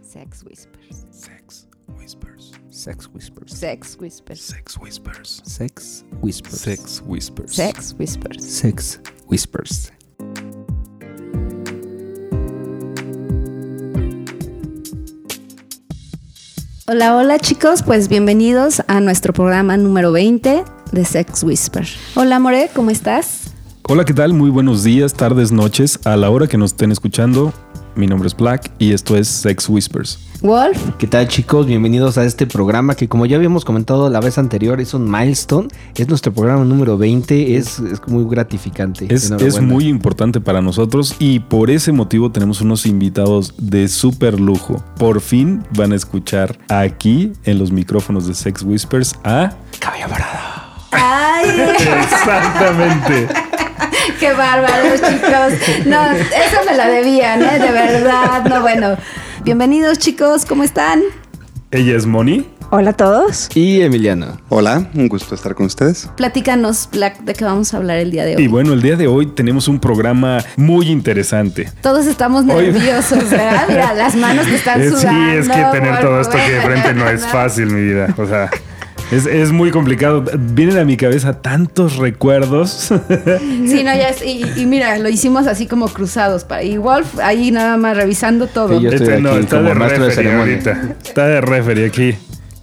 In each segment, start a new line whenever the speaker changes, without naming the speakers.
Sex Whispers.
Sex Whispers.
Sex Whispers.
Sex Whispers.
Sex Whispers.
Sex Whispers.
Sex Whispers.
Sex Whispers.
Sex Whispers.
Hola, hola chicos, pues bienvenidos a nuestro programa número 20 de Sex Whispers. Hola More, ¿cómo estás?
Hola, ¿qué tal? Muy buenos días, tardes, noches. A la hora que nos estén escuchando, mi nombre es Black y esto es Sex Whispers.
Wolf,
¿Qué tal chicos? Bienvenidos a este programa que como ya habíamos comentado la vez anterior es un milestone, es nuestro programa número 20, es, es muy gratificante.
Es, es
Enhorabuena.
muy importante para nosotros y por ese motivo tenemos unos invitados de súper lujo. Por fin van a escuchar aquí en los micrófonos de Sex Whispers a...
Cabello morado.
Exactamente.
qué bárbaros chicos. No, eso me la debían, ¿eh? de verdad. No, bueno. Bienvenidos chicos, ¿cómo están?
Ella es Moni.
Hola a todos.
Y Emiliano.
Hola, un gusto estar con ustedes.
Platícanos, Black, de qué vamos a hablar el día de
Y
hoy.
bueno, el día de hoy tenemos un programa muy interesante.
Todos estamos
Hoy-
nerviosos, ¿verdad? Mira, las manos te están
Eh,
sudando.
Sí, es que tener
por
todo esto aquí de
fuera,
frente no es
¿verdad?
fácil, mi vida. O sea, es, es muy complicado. Vienen a mi cabeza tantos recuerdos.
Sí, no, ya es. Y, y mira, lo hicimos así como cruzados. Para, y Wolf ahí nada más revisando todo.
Sí, yo- estoy
Este, no,
aquí
está
como
de
maestro de
referee
ceremonia.
ahorita. Está de referee aquí.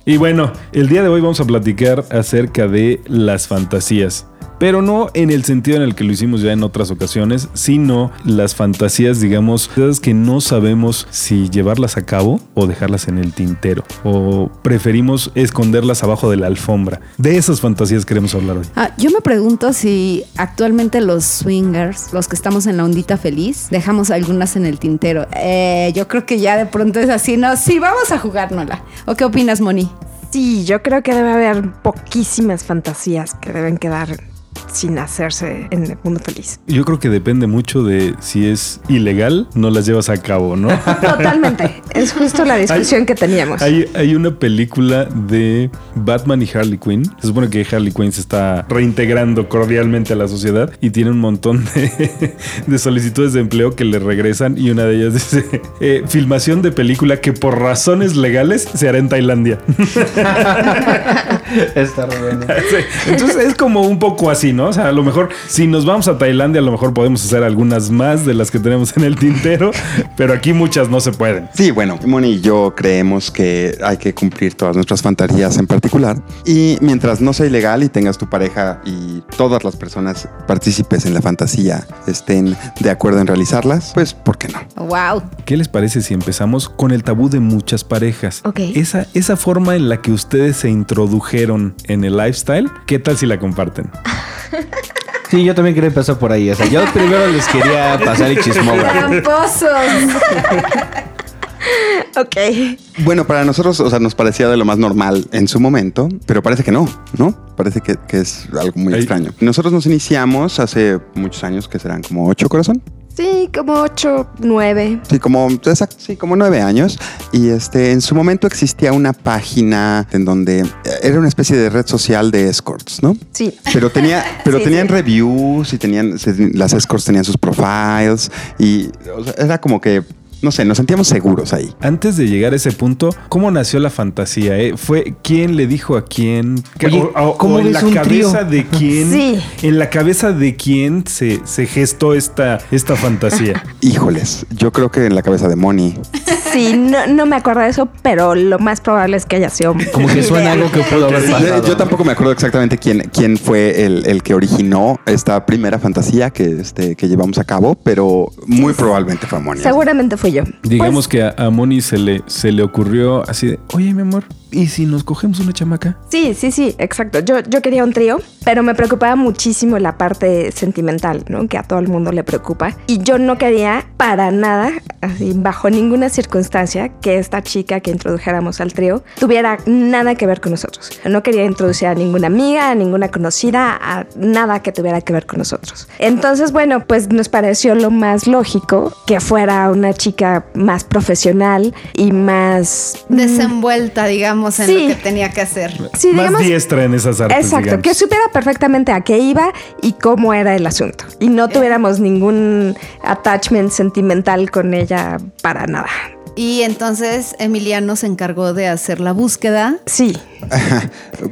Y bueno, el día de hoy vamos a platicar acerca de las fantasías. Pero no en el sentido en el que lo hicimos ya en otras ocasiones, sino las fantasías, digamos, esas que no sabemos si llevarlas a cabo o dejarlas en el tintero. O preferimos esconderlas abajo de la alfombra. De esas fantasías queremos hablar hoy.
Ah, yo me pregunto si actualmente los swingers, los que estamos en la ondita feliz, dejamos algunas en el tintero. Eh, yo creo que ya de pronto es así, no, sí, vamos a jugárnosla. ¿O qué opinas, Moni?
Sí, yo creo que debe haber poquísimas fantasías que deben quedar sin hacerse en el mundo feliz.
Yo creo que depende mucho de si es ilegal, no las llevas a cabo, ¿no?
Totalmente. es justo la discusión que teníamos.
Hay, hay una película de Batman y Harley Quinn. Se supone que Harley Quinn se está reintegrando cordialmente a la sociedad y tiene un montón de, de solicitudes de empleo que le regresan y una de ellas dice eh, filmación de película que por razones legales se hará en Tailandia.
Está re bueno.
Entonces es como un poco así, ¿no? O sea, a lo mejor si nos vamos a Tailandia a lo mejor podemos hacer algunas más de las que tenemos en el tintero, pero aquí muchas no se pueden.
Sí, bueno, Moni y yo creemos que hay que cumplir todas nuestras fantasías en particular. Y mientras no sea ilegal y tengas tu pareja y todas las personas partícipes en la fantasía estén de acuerdo en realizarlas, pues ¿por qué no?
¡Wow!
¿Qué les parece si empezamos con el tabú de muchas parejas?
Ok.
Esa, esa forma en la que ustedes se introdujeron en el lifestyle, ¿qué tal si la comparten?
Sí, yo también quería empezar por ahí. O sea, yo primero les quería pasar el chismógrafo.
¡Tramposos!
Ok.
Bueno, para nosotros, o sea, nos parecía de lo más normal en su momento, pero parece que no, ¿no? Parece que, que es algo muy
Ay.
extraño. Nosotros nos iniciamos hace muchos años, que serán como ocho, corazón.
Sí, como 8, 9.
Sí, como, exacto, sí, como nueve años. Y este, en su momento existía una página en donde eh, era una especie de red social de escorts, ¿no?
Sí.
Pero, tenía, pero
Sí,
tenían
sí.
reviews y tenían, se- las escorts tenían sus profiles y o sea, era como que, no sé, nos sentíamos seguros ahí.
Antes de llegar a ese punto, ¿cómo nació la fantasía? eh? ¿Fue quién le dijo a quién? ¿Qué-
Oye, ¿cómo
en
ves
la
un
cabeza
trío?
de quién?
Sí.
En la cabeza de quién se, se gestó esta, esta fantasía.
Híjoles, yo creo que en la cabeza de Moni.
Sí, no, no me acuerdo de eso, pero lo más probable es que haya sido.
Como que suena algo que pudo haber
Sí,
pasado.
yo, yo tampoco me acuerdo exactamente quién, quién fue el, el que originó esta primera fantasía que, este, que llevamos a cabo, pero muy probablemente fue Moni.
Seguramente fui yo.
Digamos que a, a Moni se le, se le ocurrió así de, oye mi amor, ¿y si nos cogemos una chamaca?
Sí, sí, sí, exacto. Yo, yo quería un trío, pero me preocupaba muchísimo la parte sentimental, ¿no? Que a todo el mundo le preocupa. Y yo no quería para nada, así, bajo ninguna circunstancia, que esta chica que introdujéramos al trío tuviera nada que ver con nosotros. No quería introducir a ninguna amiga, a ninguna conocida, a nada que tuviera que ver con nosotros. Entonces, bueno, pues nos pareció lo más lógico que fuera una chica más profesional y más... mm,
Desenvuelta, digamos, en
Sí.
lo que tenía que hacer.
Sí,
Más
digamos-
diestra en esas artes.
Exacto,
digamos.
que supiera perfectamente a qué iba y cómo era el asunto. Y
Eh.
no tuviéramos ningún attachment sentimental con ella para nada.
Y entonces Emiliano se encargó de hacer la búsqueda.
Sí.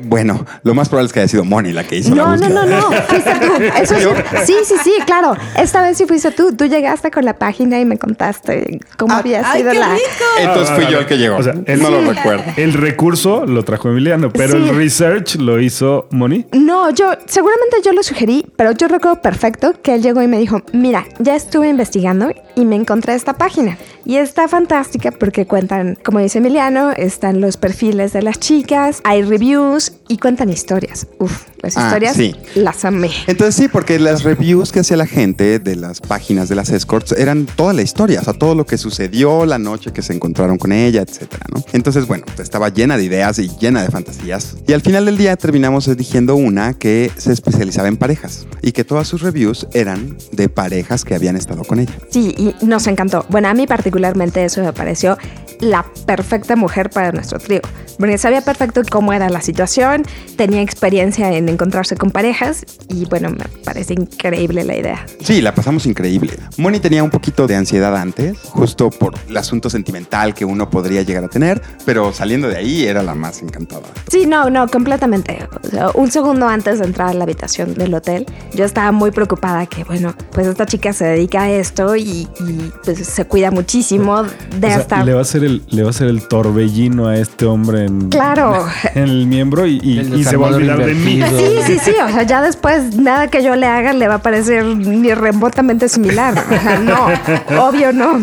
Bueno, lo más probable es que haya sido Moni la que hizo la
No, no,
búsqueda.
no, no. Fuiste tú. Eso es- sí, sí, sí, claro. Esta vez sí fuiste tú. Tú llegaste con la página y me contaste cómo había
Ah, ¡Ay,
sido
qué
la.
rico!
Entonces fui yo el que llegó.
O sea, el-
no lo recuerdo.
El recurso lo trajo Emiliano, pero
Sí.
el research lo hizo Moni.
No, yo seguramente yo lo sugerí, pero yo recuerdo perfecto que él llegó y me dijo, mira, ya estuve investigando y me encontré esta página. Y está fantástica porque cuentan, como dice Emiliano, están los perfiles de las chicas, hay reviews y cuentan historias. Uf, las
Ah,
historias
sí.
las amé.
Entonces sí, porque las reviews que hacía la gente de las páginas de las escorts eran toda la historia, o sea, todo lo que sucedió la noche que se encontraron con ella, etcétera, ¿no? Entonces, bueno, pues, estaba llena de ideas y llena de fantasías. Y al final del día terminamos eligiendo una que se especializaba en parejas y que todas sus reviews eran de parejas que habían estado con ella.
Sí, y nos encantó. Bueno, a mí particularmente eso me pareció la perfecta mujer para nuestro trío, porque sabía perfecto cómo era la situación, tenía experiencia en encontrarse con parejas y bueno, me parece increíble la idea.
Sí, la pasamos increíble. Moni tenía un poquito de ansiedad antes, justo por el asunto sentimental que uno podría llegar a tener, pero saliendo de ahí era la más encantada.
Sí, no, no, completamente. O sea, un segundo antes de entrar a la habitación del hotel, yo estaba muy preocupada que, bueno, pues esta chica se dedica a esto y, y, pues se cuida muchísimo de
O sea,
hasta...
le va a hacer el, le va a hacer el torbellino a este hombre en,
Claro.
en el miembro y, y-
El
y se va a olvidar de mí.
desarmador
Sí, sí, sí, o sea, ya después nada que yo le haga le va a parecer ni remotamente similar. O sea, no, obvio no.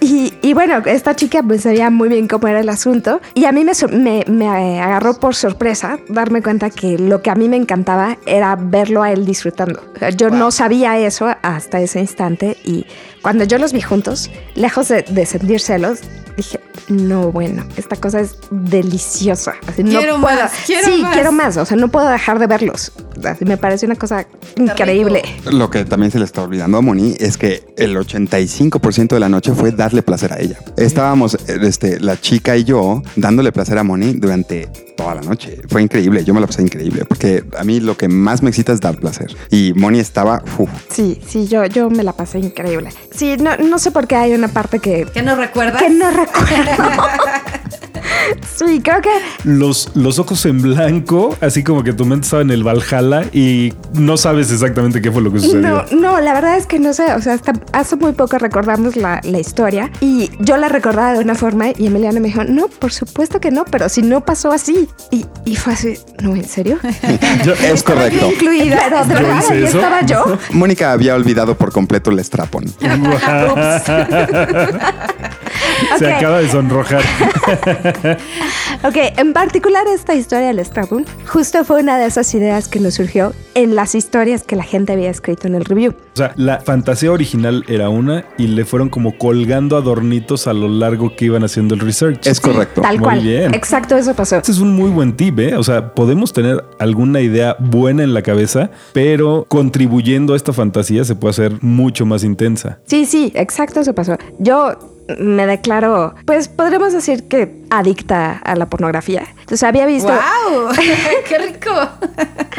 Y, y bueno, esta chica pues sabía muy bien cómo era el asunto y a mí me, sor- me- me, eh, agarró por sorpresa darme cuenta que lo que a mí me encantaba era verlo a él disfrutando. O sea, Yo no sabía eso hasta ese instante y cuando yo los vi juntos, lejos de, de sentir celos, dije, no, bueno, esta cosa es deliciosa. Así, no
Quiero
puedo-
más, quiero
sí,
más.
quiero más, o sea, no puedo dejar de verlos. Así, me parece una cosa increíble.
Lo que también se le está olvidando a Moni es que el 85% de la noche fue darle placer a ella. Estábamos, eh, este, la chica y yo, dándole placer a Moni durante toda la noche. Fue increíble, yo me la pasé increíble, porque a mí lo que más me excita es dar placer. Y Moni estaba, uf,
Sí, sí, yo, yo me la pasé increíble. Sí, no, no sé por qué hay una parte que,
¿Qué nos recuerda?
que no recuerdo. sí, creo que
Los, los ojos en blanco, así como que tu mente estaba en el Valhalla y no sabes exactamente qué fue lo que
no,
sucedió.
no, la verdad es que no sé, o sea, hasta hace muy poco recordamos la, la historia y yo la recordaba de una forma y Emiliano me dijo, no, por supuesto que no, pero si no pasó así. Y, y fue así, no, ¿en serio?
Yo-
es correcto.
Incluida, pero
¿Yo
de verdad,
hice
ahí
eso?
estaba yo.
Mónica había olvidado por completo el strapón.
Se
Ok.
acaba de sonrojar.
Ok, en particular esta historia del Strabun, justo fue una de esas ideas que nos surgió en las historias que la gente había escrito en el review.
O sea, la fantasía original era una y le fueron como colgando adornitos a lo largo que iban haciendo el research.
Es correcto.
Tal
Muy
cual.
bien.
Exacto, eso pasó.
Este es un muy buen tip, ¿eh? O sea, podemos tener alguna idea buena en la cabeza, pero contribuyendo a esta fantasía se puede hacer mucho más intensa.
Sí, sí, exacto, eso pasó. Yo me declaro, pues podremos decir que adicta a la pornografía. Entonces había visto...
¡Wow! ¡Qué rico!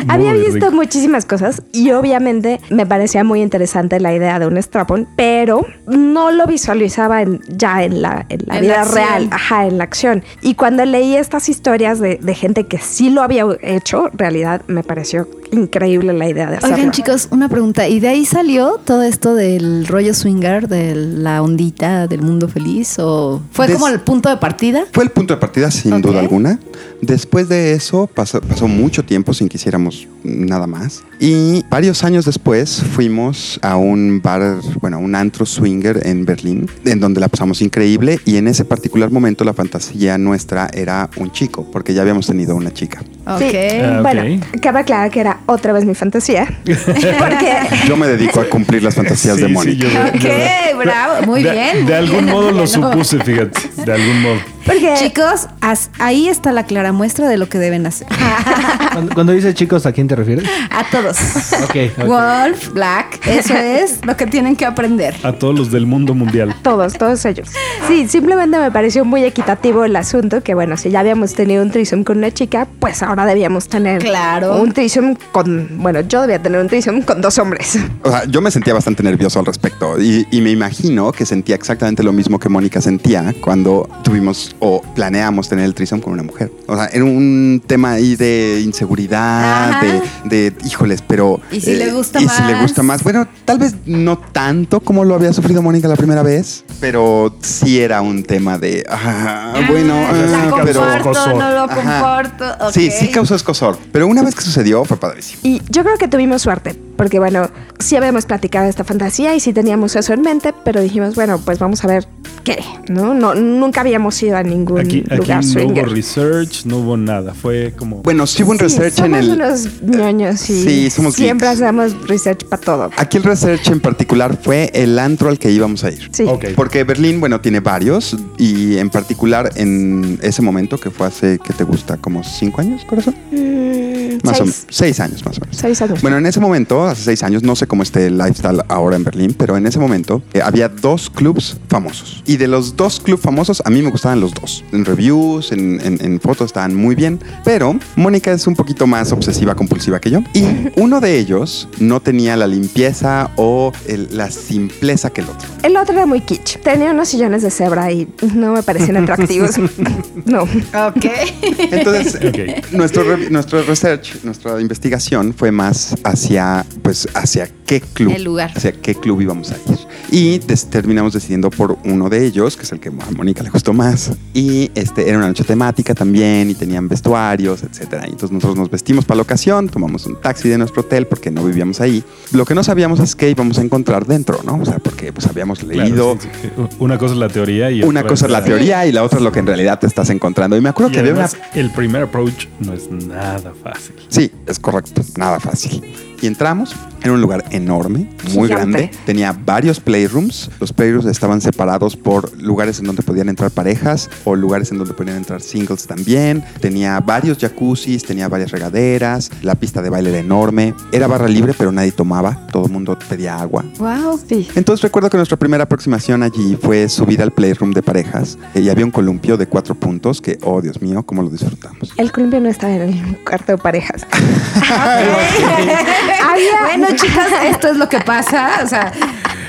Había
Muy
visto
rico.
muchísimas cosas y obviamente me parecía muy interesante la idea de un strapón, pero no lo visualizaba en- ya en la, en la
En la
vida
acción.
real, ajá, en la acción. Y cuando leí estas historias de, de gente que sí lo había hecho, en realidad me pareció increíble la idea de hacerlo.
Oigan, chicos, una pregunta. ¿Y de ahí salió todo esto del rollo swinger, de la ondita del mundo feliz? ¿O fue
Des-
como el punto de partida?
Fue el punto de partida, sin
Ok.
duda alguna. Después de eso, pasó, pasó mucho tiempo sin que hiciéramos nada más. Y varios años después fuimos a un bar, bueno, a un antro swinger en Berlín, en donde la pasamos increíble. Y en ese particular momento, la fantasía nuestra era un chico, porque ya habíamos tenido una chica.
Sí,
Ah,
bueno,
ok.
cabe aclarar que era otra vez mi fantasía. Porque
Yo me dedico a cumplir las fantasías de
Sí, sí,
Mónica.
yo-
Ok,
yo-
bravo, muy
de-
bien, muy
De algún
bien,
modo lo
Emiliano.
supuse, fíjate. De algún modo.
Porque-
Chicos, as- ahí está la clara muestra de lo que deben hacer.
Cuando, cuando dices chicos, ¿a quién te refieres?
A todos.
Ok, ok.
Wolf, Black, eso es lo que tienen que aprender.
A todos los del mundo mundial.
Todos, todos ellos. Sí, simplemente me pareció muy equitativo el asunto, que bueno, si ya habíamos tenido un threesome con una chica, pues ahora debíamos tener
Claro.
un threesome con, bueno, yo debía tener un threesome con dos hombres.
O sea, yo me sentía bastante nervioso al respecto y, y me imagino que sentía exactamente lo mismo que Mónica sentía cuando tuvimos o planeamos tener el trisón con una mujer. O sea, era un tema ahí de inseguridad,
Ajá.
de, de, híjoles, pero... eh,
¿Y si le gusta
y si le
más?
gusta más. Bueno, tal vez no tanto como lo había sufrido Mónica la primera vez, pero sí era un tema de... ah, bueno,
la
ah, pero...
comporto, no lo
Ajá.
comporto.
Sí,
ok.
sí causó escosor, pero una vez que sucedió fue padrísimo.
Y yo creo que tuvimos suerte, porque bueno, sí habíamos platicado de esta fantasía y sí teníamos eso en mente, pero dijimos, bueno, pues vamos a ver qué, ¿no? no nunca habíamos ido a ningún
Aquí, aquí
lugar
no hubo
swinger.
research, no hubo nada. Fue como.
Bueno, sí hubo un
Sí,
research en
somos
el...
unos ñoños y
Sí, somos
siempre
geeks. Ah,
hacemos research para todo.
Aquí el research en particular fue el antro al que íbamos a ir.
Sí.
Ok.
Porque Berlín, bueno, tiene varios y en particular en ese momento que fue hace, ¿qué te gusta? ¿Como cinco años, corazón?
Mm,
Más o menos.
seis,
Seis años, más o menos.
seis años.
Bueno, en ese momento, hace seis años, no sé cómo esté el lifestyle ahora en Berlín, pero en ese momento eh, había dos clubs famosos. Y de los dos clubs famosos, a mí me gustaban los dos. En reviews, en, en- en fotos, estaban muy bien. Pero Mónica es un poquito más obsesiva, compulsiva que yo. Y uno de ellos no tenía la limpieza o el- la simpleza que el otro.
El otro era muy kitsch. Tenía unos sillones de cebra y no me parecían atractivos. no.
Ok.
Entonces,
Ok.
nuestro, re- nuestro research, nuestra investigación fue más hacia, pues, hacia qué club.
El lugar.
Hacia qué club íbamos a ir. Y des- terminamos decidiendo por uno de ellos, que es el que a Mónica le gustó más. Y este era una noche temática también y tenían vestuarios, etcétera. Y entonces nosotros nos vestimos para la ocasión, tomamos un taxi de nuestro hotel porque no vivíamos ahí. Lo que no sabíamos es qué íbamos a encontrar dentro, ¿no? O sea, porque pues habíamos
Claro,
leído
sí, sí. Una cosa es la teoría y.
una
otra
cosa es la teoría y la otra es lo que en realidad te estás encontrando. Y me acuerdo
Y
que había una
además, el primer approach no es nada fácil.
Sí, es correcto. Nada fácil. Y entramos en un lugar enorme, muy
Gigante.
grande. Tenía varios playrooms. Los playrooms estaban separados por lugares en donde podían entrar parejas o lugares en donde podían entrar singles también. Tenía varios jacuzzis, tenía varias regaderas. La pista de baile era enorme. Era barra libre, pero nadie tomaba. Todo el mundo pedía agua.
Wow.
Sí.
Entonces recuerdo que nuestra primera aproximación allí fue subir al playroom de parejas eh, y había un columpio de cuatro puntos que, oh Dios mío, cómo lo disfrutamos.
El columpio no estaba en el cuarto de parejas.
Ah,
Había-
bueno, chicas, esto es lo que pasa. O sea,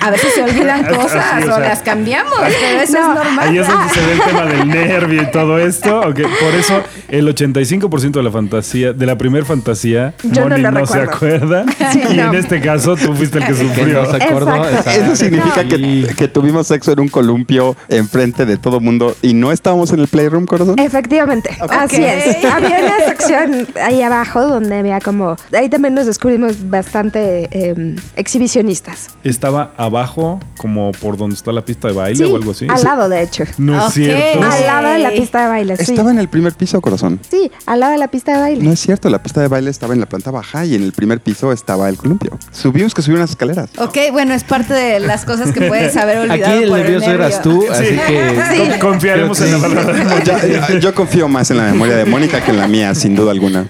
a veces se olvidan cosas
Así, o
o
sea.
las cambiamos, pero eso
No.
es normal. Ah,
Ahí es donde se ve el tema del nervio y todo esto. Ok, Por eso el 85% de la fantasía, de la primer fantasía,
Yo no
Moni
la
no, se acuerda.
Sí,
y
no.
en este caso tú fuiste el que
Que
sufrió.
no se acordó,
Exacto.
exacto.
Eso significa
No.
que, que tuvimos sexo en un columpio enfrente de todo mundo y no estábamos en el playroom, corazón.
Eh, Efectivamente, así es. Había una sección ahí abajo donde había como... Ahí también nos descubrimos bastante eh, exhibicionistas.
Estaba abajo, como por donde está la pista de baile o algo así.
al lado, de hecho.
No
Ok.
es cierto.
Ah,
Al lado de la pista de baile, sí.
Estaba en el primer piso, corazón.
Sí, al lado de la pista de baile.
No es cierto, la pista de baile estaba en la planta baja y en el primer piso estaba el columpio. Subimos que subir unas escaleras.
Ok, bueno, es parte de las cosas que puedes haber olvidado.
Aquí el
por
nervioso
nervio.
eras tú, así
Sí.
que.
Sí.
Con- Confiaremos en la palabra de Moni.
Ya- ya- yo confío más en la memoria de Mónica que en la mía, sin duda alguna.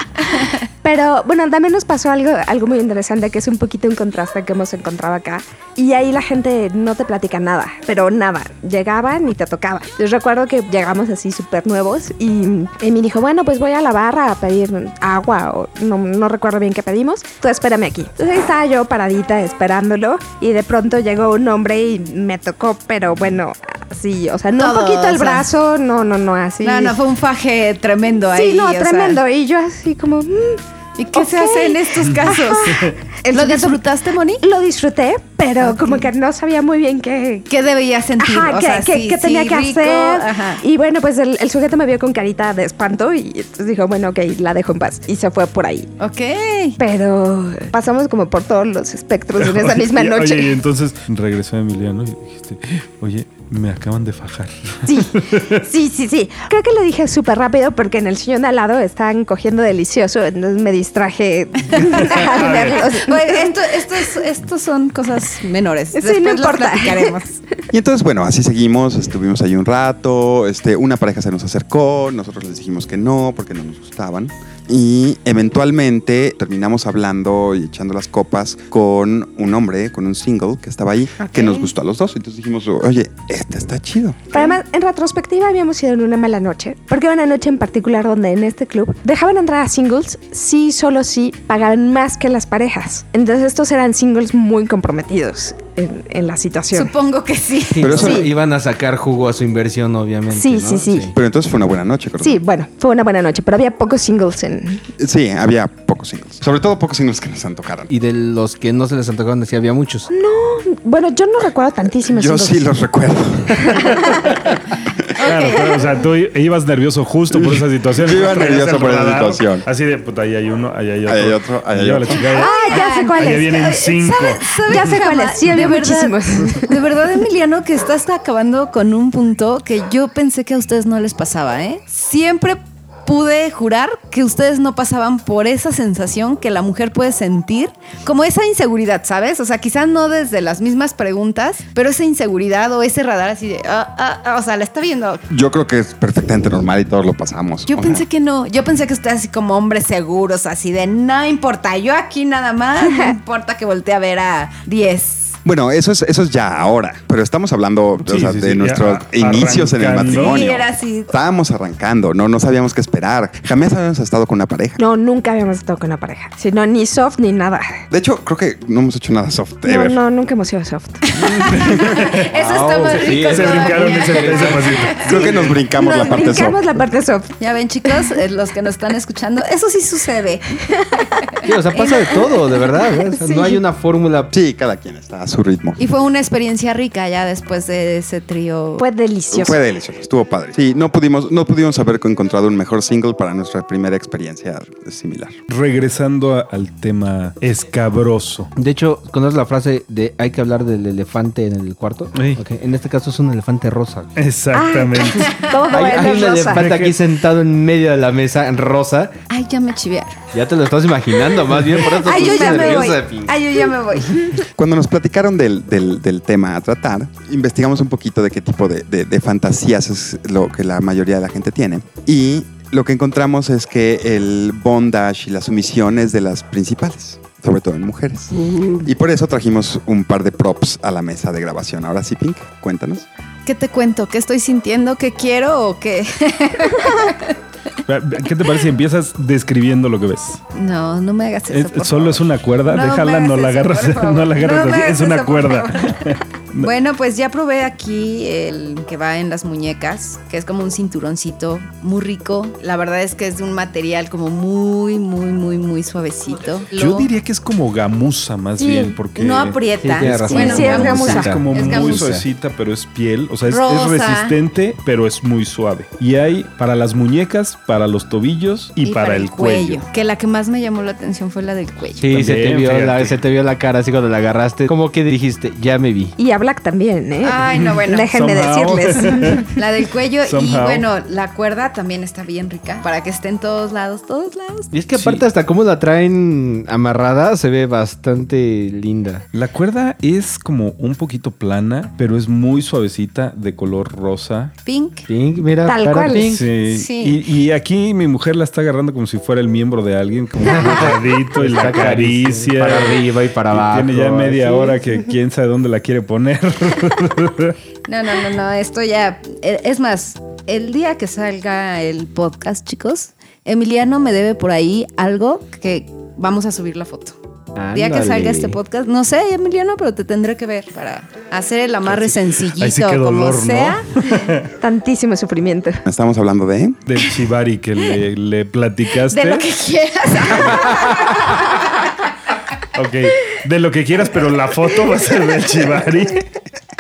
Pero bueno, también nos pasó algo, algo muy interesante que es un poquito un contraste que hemos encontrado acá. Y ahí la gente no te platica nada, pero nada. Llegaban y te tocaban. Yo recuerdo que llegamos así súper nuevos y Emi dijo, bueno, pues voy a la barra a pedir agua o no, no recuerdo bien qué pedimos. Tú espérame aquí. Entonces ahí estaba yo paradita esperándolo y de pronto llegó un hombre y me tocó, pero bueno, así, o sea, no
Todo,
un poquito el
o sea.
brazo, no, no, no, así.
No, no, fue un faje tremendo ahí.
Sí, no,
o sea.
tremendo. Y yo así como... "Mm,
¿Y qué se
Ok.
hace en estos casos?
El
¿Lo
sujeto-
disfrutaste, Moni?
Lo disfruté, pero como que no sabía muy bien qué.
¿Qué debía sentir?
Ajá,
O
qué,
sea,
qué-
sí,
qué tenía
sí,
que
rico,
hacer.
ajá.
Y bueno, pues el, el sujeto me vio con carita de espanto y entonces dijo, bueno, ok, la dejo en paz. Y se fue por ahí.
Ok.
Pero pasamos como por todos los espectros en esa misma
Oye,
noche.
Oye, y entonces regresó Emiliano y dijiste, oye, Me acaban de fajar.
Sí, sí, sí, sí. Creo que lo dije súper rápido porque en el sillón de al lado están cogiendo delicioso, entonces me distraje. Pues,
A ver.
Bueno, pues, esto, esto es- estos son cosas menores.
Sí, no
Después las
importa.
platicaremos.
Y entonces, bueno, así seguimos, estuvimos ahí un rato, este, una pareja se nos acercó, nosotros les dijimos que no, porque no nos gustaban. Y eventualmente terminamos hablando y echando las copas con un hombre, con un single que estaba ahí, que nos gustó a los dos. Entonces dijimos, oye, este está chido.
Pero además, en retrospectiva habíamos ido en una mala noche, porque era una noche en particular donde en este club dejaban entrar a singles si solo si pagaban más que las parejas. Entonces estos eran singles muy comprometidos en, en la situación.
Supongo que sí.
Sí,
Pero eso-
no, iban a sacar jugo a su inversión, obviamente.
Sí,
¿no?
sí, sí.
Pero entonces fue una buena noche, creo.
Sí, bueno, fue una buena noche, pero había pocos singles en...
Sí, había pocos singles. Sobre todo pocos singles que nos antojaran.
Y de los que no se les antojaron, decía, había muchos.
Bueno, yo no recuerdo tantísimos
Yo
singles.
sí los recuerdo.
Claro, pero, o sea, tú i- ibas nervioso justo por esa situación.
Yo iba
Traías
nervioso
el
por esa
radar,
situación.
Así de puta, ahí hay uno, ahí hay otro.
Ahí hay otro, ahí hay
Lleva
otro.
la chica, ahí-
Ah, ya sé cuál
ahí
es.
vienen cinco.
Ya sé
Jama,
cuál es, sí, había
de
muchísimos.
Verdad, de verdad, Emiliano, que estás acabando con un punto que yo pensé que a ustedes no les pasaba, ¿eh? Siempre pude jurar que ustedes no pasaban por esa sensación que la mujer puede sentir, como esa inseguridad, ¿sabes? O sea, quizás no desde las mismas preguntas, pero esa inseguridad o ese radar así de, ah, ah, ah, o sea, la está viendo.
Yo creo que es perfectamente normal y todos lo pasamos.
Yo
O
pensé
sea,
que no, yo pensé que ustedes así como hombres seguros, así de, no importa, yo aquí nada más, no importa que voltee a ver a 10
Bueno, eso es, eso es ya ahora, pero estamos hablando
Sí,
o sea,
sí,
de
sí,
nuestros
ya
inicios en el
arrancando.
matrimonio.
Sí, era así.
Estábamos arrancando, no, no sabíamos qué esperar. Jamás habíamos estado con una pareja.
No, nunca habíamos estado con una pareja. Sí, no, ni soft ni nada.
De hecho, creo que no hemos hecho nada soft
No,
ever.
no, nunca hemos sido soft.
Eso está más
sí,
rico.
Se
todavía.
brincaron ese, ese pasito.
Creo que nos brincamos
Nos
la parte
brincamos
soft.
la parte soft.
Ya ven, chicos, eh, los que nos están escuchando, eso sí sucede.
Sí, o sea, pasa de todo, de verdad. ¿no? O sea, no hay una fórmula.
Sí, cada quien está a su ritmo.
Y fue una experiencia rica ya después de ese trío.
Pues,
Fue delicioso.
Fue delicioso, estuvo padre. Sí, no pudimos, no pudimos haber encontrado un mejor single para nuestra primera experiencia similar.
Regresando a- al tema escabroso.
De hecho, ¿conoces la frase de hay que hablar del elefante en el cuarto?
Sí.
Ok, En este caso es un elefante rosa. güey.
Exactamente.
Todo
Hay,
es
hay un
rosa.
elefante aquí sentado en medio de la mesa, en rosa.
Ay, ya me chivearon.
Ya te lo estás imaginando, más bien por eso
Ay, yo ya
estás
me voy.
nerviosa, Pili.
Ay, yo ya me voy.
Cuando nos platicaron del, del- del tema a tratar, investigamos un poquito de qué tipo de, de- de fantasías es lo que la mayoría de la gente tiene. Y lo que encontramos es que el bondage y la sumisión es de las principales, sobre todo en mujeres. Y por eso trajimos un par de props a la mesa de grabación. Ahora sí, Pink, cuéntanos.
¿Qué te cuento? ¿Qué estoy sintiendo? ¿Qué quiero o qué? Ah.
¿Qué te parece si empiezas describiendo lo que ves?
No, no me hagas
Es-
eso. por
Eh, solo es
favor.
una cuerda,
No me
déjala,
hagas
no la
eso,
agarras,
por favor.
no la agarras
No me
así, es
hagas
una
eso, por
cuerda.
favor. bueno, pues ya probé aquí el que va en las muñecas, que es como un cinturoncito muy rico. La verdad es que es de un material como muy, muy, muy, muy suavecito.
Yo
Lo-
diría que es como gamusa más
Sí,
bien, porque
no
Sí,
aprieta.
tienes razón.
Bueno,
Sí, es gamuza.
Es como
Es
muy
gamuza.
suavecita, pero es piel. O sea, es, es
Rosa.
resistente, pero es muy suave. Y hay para las muñecas, para los tobillos y, para, el cuello.
Que la que más me llamó la atención fue la del cuello.
Sí, se te,
También,
vio la,
fíjate.
se te vio la cara así cuando la agarraste. Como que dijiste, ya me vi.
Y a Black también, ¿eh?
Ay, no, bueno.
Déjenme
Somehow.
decirles.
La del cuello y
Somehow.
bueno, la cuerda también está bien rica para que esté en todos lados, todos lados.
Y es que
Sí.
aparte hasta cómo la traen amarrada se ve bastante linda.
La cuerda es como un poquito plana, pero es muy suavecita, de color rosa.
Pink.
Pink, mira,
Tal
para
cual.
Pink.
Sí.
Sí.
Y, y aquí mi mujer la está agarrando como si fuera el miembro de alguien, como un dedito y la
Está
acaricia.
Para arriba y para abajo.
Tiene ya media
así.
hora que quién sabe dónde la quiere poner.
No, no, no, no, esto ya... eh, Es más, el día que salga el podcast, chicos, Emiliano me debe por ahí algo que vamos a subir la foto. El día que
Ándale.
salga este podcast, no sé, Emiliano, pero te tendré que ver para hacer el amarre sencillito,
ahí sí que
como
dolor, ¿no?
sea.
Tantísimo sufrimiento.
Estamos hablando de...
Del chivari que le, le platicaste.
De lo que quieras.
Ok, de lo que quieras, pero la foto va a ser del chivari.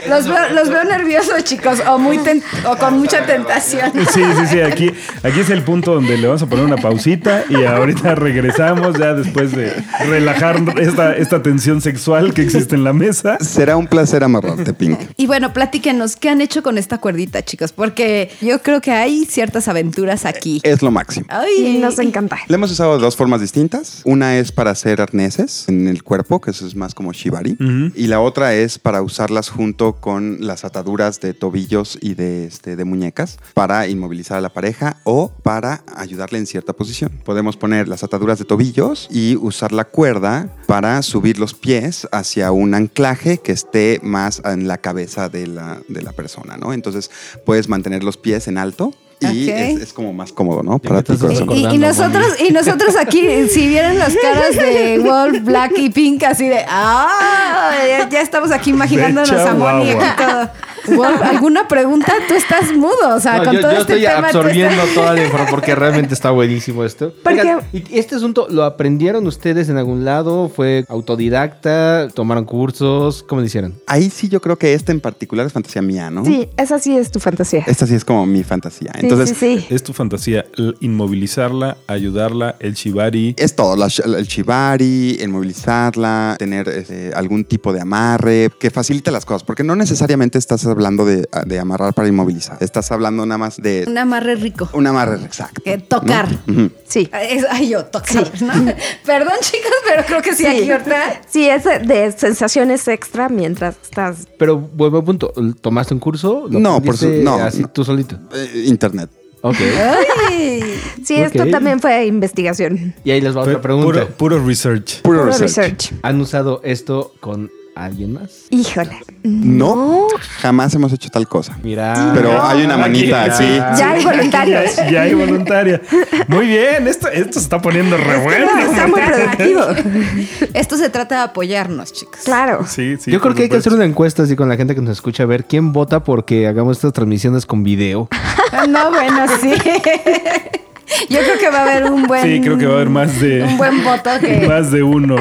Los veo, los veo nerviosos, chicos, o, muy ten- o con mucha tentación.
Sí, sí, sí, aquí, aquí es el punto donde le vamos a poner una pausita y ahorita regresamos ya después de relajar esta, esta tensión sexual que existe en la mesa.
Será un placer amarrarte, Pink.
Y bueno, platíquenos, ¿qué han hecho con esta cuerdita, chicos? Porque yo creo que hay ciertas aventuras aquí.
Es lo máximo.
Ay,
Nos encanta.
La hemos usado de dos formas distintas. Una es para hacer arneses en el cuerpo, que eso es más como shibari. Y la otra es para usarlas junto con las ataduras de tobillos y de, este, de muñecas para inmovilizar a la pareja o para ayudarle en cierta posición. Podemos poner las ataduras de tobillos y usar la cuerda para subir los pies hacia un anclaje que esté más en la cabeza de la, de la persona, ¿no? Entonces puedes mantener los pies en alto. Y
Ok.
es, es como más cómodo, ¿no?
Ya
Para
me
ti,
estás
corazón.
Y, y nosotros, y nosotros aquí, si vieran las caras de Wolf, Black y Pink, así de ¡Ah! Ya, ya estamos aquí imaginándonos
Ve,
a Moni
chihuahua.
aquí todo. Wolf, ¿alguna pregunta? Tú estás mudo, o sea,
No,
con
yo,
todo
yo
este
estoy
tema. tú
absorbiendo
estás-
toda la información porque realmente está buenísimo esto.
Porque-
Oigan, ¿y este asunto lo aprendieron ustedes en algún lado? ¿Fue autodidacta? ¿Tomaron cursos? ¿Cómo lo hicieron?
Ahí sí yo creo que esta en particular es fantasía mía, ¿no?
Sí, esa sí es tu fantasía.
Esta sí es como mi fantasía.
Sí,
Entonces,
sí, sí.
Es tu fantasía, l- inmovilizarla, ayudarla, el shibari.
es todo, la sh- el shibari, el movilizarla, tener este, algún tipo de amarre que facilita las cosas, porque no necesariamente estás hablando de, ah, de amarrar para inmovilizar, estás hablando nada más de
Un amarre rico.
un amarre exacto.
Que tocar.
¿no? Ujú.
Sí.
Es- ay, yo tocar. ¿no? Perdón, chicos, pero creo que sí, aquí ahorita.
Sí, es de- de sensaciones extra mientras estás.
Pero vuelvo al punto. ¿Tomaste un curso? ¿Lo
No, por su-
aprendiste
no,
Así
no.
tú solito.
Eh, Internet.
Ok.
Ay.
Sí, esto
Ok.
también fue investigación.
Y ahí les va
Fue
otra pregunta.
Puro, puro research.
Puro,
Puro
research.
research.
¿Han usado esto con alguien más?
Híjole.
No, jamás hemos hecho tal cosa.
Mira.
Pero hay una manita
Aquí,
aquí.
Ya hay voluntarios.
Ya, ya hay voluntaria. Muy bien, esto, esto se está poniendo re bueno.
Está muy productivo.
Esto se trata de apoyarnos, chicos.
Claro.
Sí, sí,
Yo creo
por
que hay que
supuesto.
hacer una encuesta así con la gente que nos escucha a ver quién vota porque hagamos estas transmisiones con video.
No, bueno, sí. Yo creo que va a haber un buen.
Sí, creo que va a haber más de.
Un buen voto que.
Más de uno.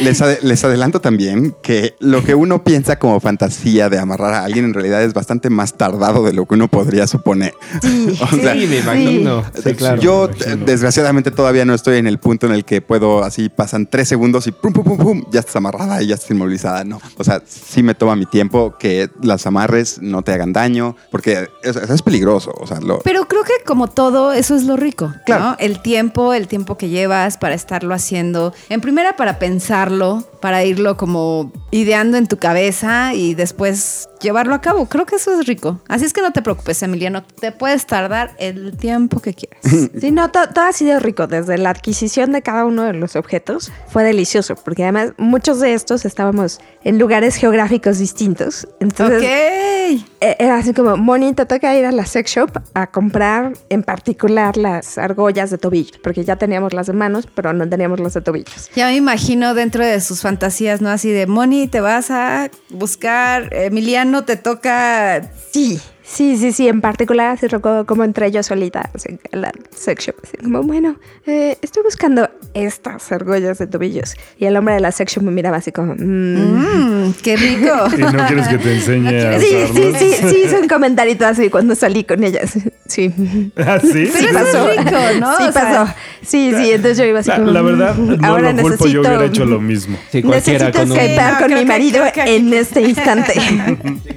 Les, ade- les adelanto también que lo que uno piensa como fantasía de amarrar a alguien en realidad es bastante más tardado de lo que uno podría suponer. O sea,
sí, me imagino. Sí, claro.
Yo,
me imagino.
eh, desgraciadamente, todavía no estoy en el punto en el que puedo, así pasan tres segundos y pum, pum, pum, pum, ya estás amarrada y ya estás inmovilizada. No, o sea, sí me toma mi tiempo que las amarres no te hagan daño, porque eso, eso es peligroso. O sea, lo,
Pero creo que como todo, eso es lo rico,
Claro.
¿no? El tiempo, el tiempo que llevas para estarlo haciendo. En primera, para pensarlo, para irlo como ideando en tu cabeza y después llevarlo a cabo. Creo que eso es rico. Así es que no te preocupes, Emiliano. Te puedes tardar el tiempo que quieras.
Sí, no, to- todo ha sido rico. Desde la adquisición de cada uno de los objetos fue delicioso, porque además muchos de estos estábamos en lugares geográficos distintos. Entonces,
ok.
eh, era así como, Moni, te toca ir a la sex shop a comprar en particular las argollas de tobillo, porque ya teníamos las de manos, pero no teníamos las de tobillos.
Ya me imagino dentro de sus fantasías, ¿no? Así de, Moni, te vas a buscar, Emiliano, te toca...
Sí, sí, sí, sí, en particular así recuerdo como entré yo solita así, a la sex shop, así como, bueno, eh, estoy buscando estas argollas de tobillos. Y el hombre de la sex shop me miraba así como, "Mm,
Mmm, qué rico.
Y no quieres que te enseñe a
Sí,
usarlo.
sí, sí, sí, hice un comentarito así cuando salí con ellas. Sí.
¿Ah, sí?
Pero eso es rico, ¿no?
Sí
O sea,
pasó. Sí, sí, entonces yo iba así
La,
como, "Mm,
la verdad, no
ahora
lo culpo, yo
necesito-
hubiera hecho lo mismo.
Sí, cualquiera
necesito
con un...
escape. Sí,
escapar
no,
con
creo
mi
que-
marido
creo que-
en este instante.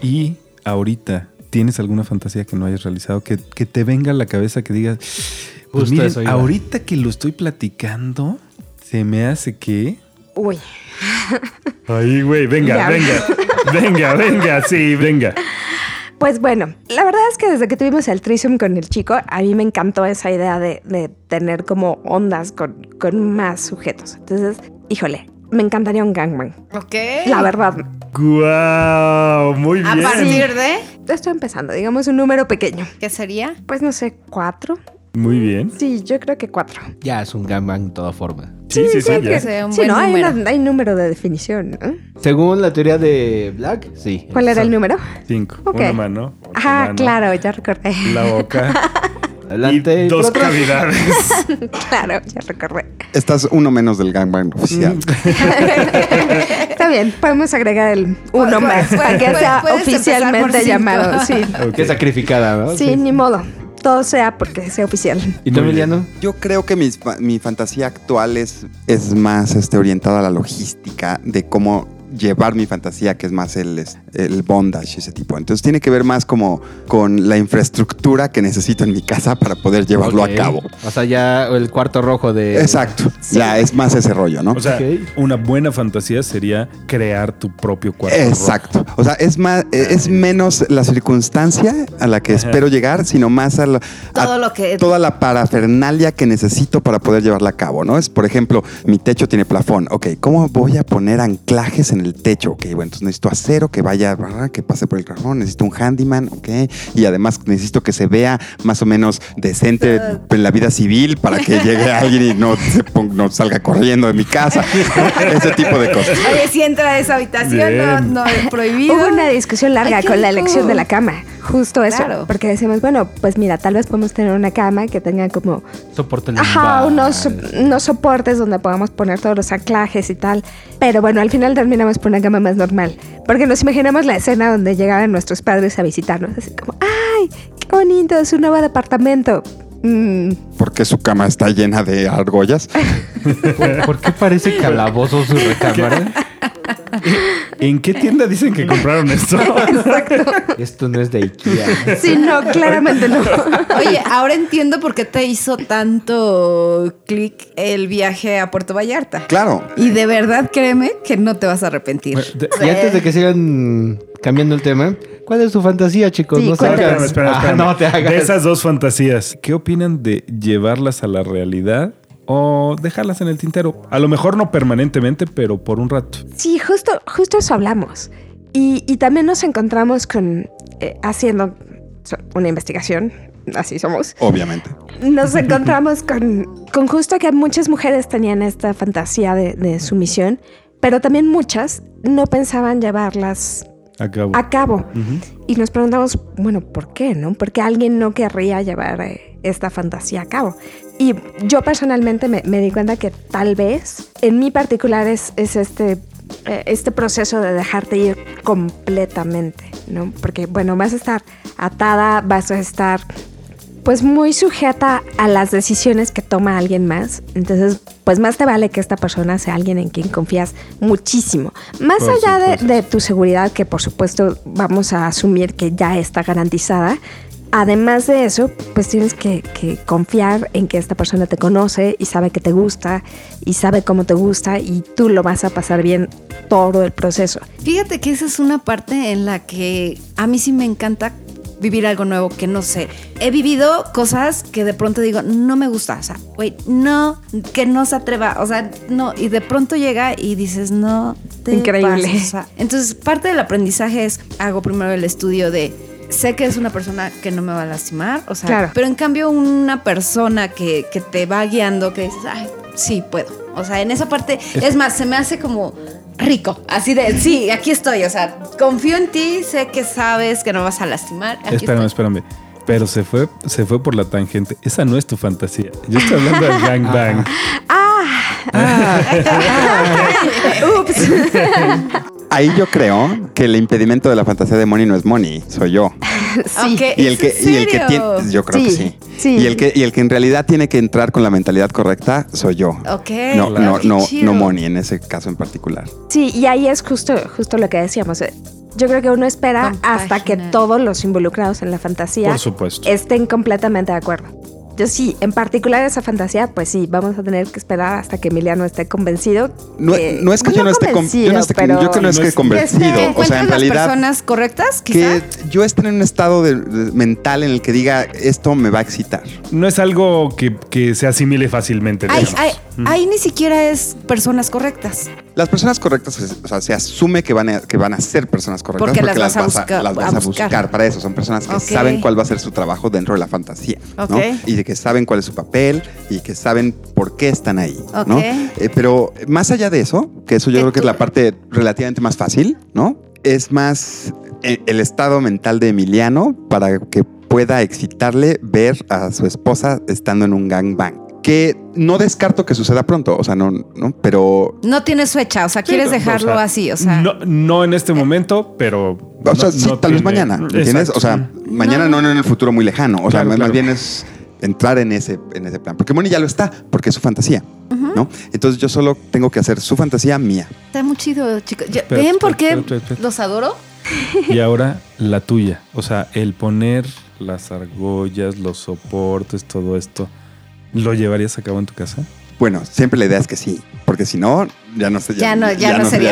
Y ahorita, ¿tienes alguna fantasía que no hayas realizado? Que, que te venga a la cabeza que digas, pues
Justo
miren,
eso iba.
ahorita que lo estoy platicando, se me hace que...
Uy.
Ay, güey, venga,
Ya.
venga, venga, venga, sí, venga.
Pues bueno, la verdad es que desde que tuvimos el threesome con el chico, a mí me encantó esa idea de, de tener como ondas con, con más sujetos. Entonces, híjole, me encantaría un gangbang.
Ok.
La verdad,
Guau, muy
A
bien.
partir de,
estoy empezando, digamos un número pequeño.
¿qué sería?
Pues no sé, cuatro.
Muy bien.
Sí, yo creo que cuatro.
Ya es un gangbang de toda forma.
Sí, sí, sí.
creo
ya.
que sea un
Sí,
buen
no, hay,
número.
una- hay número de definición, ¿no?
Según la teoría de Black, sí.
¿Cuál era el
Son-
número?
Cinco.
Ok.
Una mano. otra
Ah,
mano,
claro, ya recordé.
La boca.
Adelante.
y dos
por atrás.
cavidades.
Claro, ya recordé.
Estás uno menos del gangbang oficial.
Está bien, podemos agregar el uno
Pu-
más
pu-
para que
pu-
sea
puedes empezar por
oficialmente
cinco.
llamado. Sí.
Ok.
Qué sacrificada, ¿no?
sí, ni modo. Todo sea porque sea oficial.
¿Y tú,
Muy bien.
Emiliano?
Yo creo que mis fa- mi fantasía actual es, es más este, orientada a la logística de cómo llevar mi fantasía, que es más el, es- el bondage, ese tipo. Entonces tiene que ver más como con la infraestructura que necesito en mi casa para poder llevarlo
Ok. Eh,
a cabo.
O sea, ya el cuarto rojo de.
Exacto. Ya, es más ese rollo, ¿no?
O sea,
Ok.
una buena fantasía sería crear tu propio cuarto. rojo.
Exacto. O sea, es más, e, es menos la circunstancia a la que espero llegar, sino más a, la- a
Todo lo que-
toda la parafernalia que necesito para poder llevarla a cabo, ¿no? Es, por ejemplo, mi techo tiene plafón. Ok, ¿cómo voy a poner anclajes en el techo? Ok, bueno, entonces necesito acero que vaya, ah, que pase por el plafón, necesito un handyman, ok, y además necesito que se vea más o menos decente en la vida civil para que llegue alguien y no, se ponga- no salga corriendo de mi casa. Ese tipo de cosas.
Oye, si entra a esa habitación, no,
Bien.
no es prohibido.
Hubo una discusión larga
Ay, qué
con la
rico.
elección de la cama. Justo eso.
Claro.
Porque decimos, bueno, pues mira, tal vez podemos tener una cama que tenga como
Soporte
Ajá,
lumbar.
unos, unos soportes donde podamos poner todos los anclajes y tal. Pero bueno, al final terminamos por una cama más normal. Porque nos imaginamos la escena donde llegaban nuestros padres a visitarnos. Así como, ¡ay! ¡Qué bonito! Es un nuevo departamento. Mm,
porque su cama está llena de argollas.
¿Por, por qué parece calabozo su recámara?
¿En qué tienda dicen que compraron esto?
Esto no es de Ikea.
Sí, no, claramente no.
Oye, ahora entiendo por qué te hizo tanto clic el viaje a Puerto Vallarta.
Claro.
Y de verdad créeme que no te vas a arrepentir.
Y antes de que sigan cambiando el tema, ¿cuál es su fantasía, chicos?
Sí,
no se
cuéntanos.
hagan.
Espérame, espérame,
Ah,
espérame.
no te hagas.
De esas dos fantasías, ¿qué opinan de llevarlas a la realidad o dejarlas en el tintero? A lo mejor no permanentemente, pero por un rato.
Sí, justo, justo eso hablamos. Y, y también nos encontramos con eh, haciendo so- una investigación, así somos,
Obviamente.
nos encontramos con, con justo que muchas mujeres tenían esta fantasía de, de sumisión, pero también muchas no pensaban llevarlas
Acabo.
a cabo. Y nos preguntamos, bueno, ¿por qué? ¿No? Porque alguien no querría llevar eh, esta fantasía a cabo. Y yo personalmente me, me di cuenta que tal vez, en mi particular, es, es este, eh, este proceso de dejarte ir completamente, ¿no? Porque, bueno, vas a estar atada, vas a estar pues muy sujeta a las decisiones que toma alguien más. Entonces, pues más te vale que esta persona sea alguien en quien confías muchísimo. Más
Por
allá de-
supuesto.
de tu seguridad, que por supuesto vamos a asumir que ya está garantizada. Además de eso, pues tienes que, que confiar en que esta persona te conoce y sabe que te gusta y sabe cómo te gusta y tú lo vas a pasar bien todo el proceso.
Fíjate que esa es una parte en la que a mí sí me encanta vivir algo nuevo que no sé. He vivido cosas que de pronto digo, no me gusta, o sea, güey, no, que no se atreva, o sea, no, y de pronto llega y dices, no, te
Increíble.
pases, o sea, entonces, parte del aprendizaje es, hago primero el estudio de, sé que es una persona que no me va a lastimar, o sea,
Claro.
pero en cambio una persona que, que te va guiando, que dices, ay, sí, puedo. O sea, en esa parte, es más, se me hace como rico, así de, sí, aquí estoy, o sea, confío en ti, sé que sabes que no vas a lastimar. Aquí
Espérame,
estoy.
espérame. Pero se fue, se fue por la tangente. Esa no es tu fantasía. Yo estoy hablando del gangbang.
Ups.
Ahí yo creo que el impedimento de la fantasía de Moni no es Moni, soy yo.
Aunque-
Y
Ah,
el
¿es
que,
en
y el que
serio?
tiene, yo creo que
Sí,
sí.
sí.
Y el que, y el que en realidad tiene que entrar con la mentalidad correcta, soy yo.
Ok,
No, no,
qué
no,
chido.
no Moni en ese caso en particular.
Sí, y ahí es justo, justo lo que decíamos. eh, Yo creo que uno espera
Compaginar.
hasta que todos los involucrados en la fantasía
Por supuesto.
estén completamente de acuerdo. Yo sí, en particular esa fantasía, pues sí, vamos a tener que esperar hasta que Emiliano esté convencido.
No,
Eh,
no es que yo no esté con- yo no esté-
pero-
yo que no es
No
que
es-
Que
convencido. O
encuentres
sea, en
las
realidad
personas correctas, quizá.
que yo esté en un estado de- de- mental en el que diga esto me va a excitar.
No es algo que, que se asimile fácilmente.
Ahí,
digamos.
ahí- ahí ni siquiera es personas correctas.
Las personas correctas, pues, o sea, se asume que van a, que van a ser personas correctas
Porque las vas a
vas
busca-
las vas
a
a buscar.
buscar.
Para eso son personas que
Ok.
saben cuál va a ser su trabajo dentro de la fantasía, ¿no?
Ok.
Y de que saben cuál es su papel y que saben por qué están ahí, ¿no?
Ok.
Eh, pero más allá de eso, que eso yo
Que
creo que es
tú-
la parte relativamente más fácil, ¿no? Es más eh, el estado mental de Emiliano para que pueda excitarle ver a su esposa estando en un gangbang. Que no descarto que suceda pronto, o sea, no, no, pero
No tienes fecha, o sea,
Sí,
quieres
o sea,
dejarlo así, o sea.
no, no en este momento, pero.
O sea, sí, tal vez mañana, ¿entiendes? O sea, mañana no,
No.
en el futuro muy lejano. O sea,
Claro,
más, más
claro.
bien es entrar en ese, en ese plan. Porque Moni ya lo está, porque es su fantasía, ¿no? Entonces yo solo tengo que hacer su fantasía mía.
Está muy chido, chicos. Ya-
Espera,
¿Ven
espera,
por qué
espera, espera, espera.
los adoro?
Y ahora la tuya. O sea, el poner las argollas, los soportes, todo esto. ¿Lo llevarías a cabo en tu casa?
Bueno, siempre la idea es que sí, porque si no, ya no, se-
Ya no- ya no sería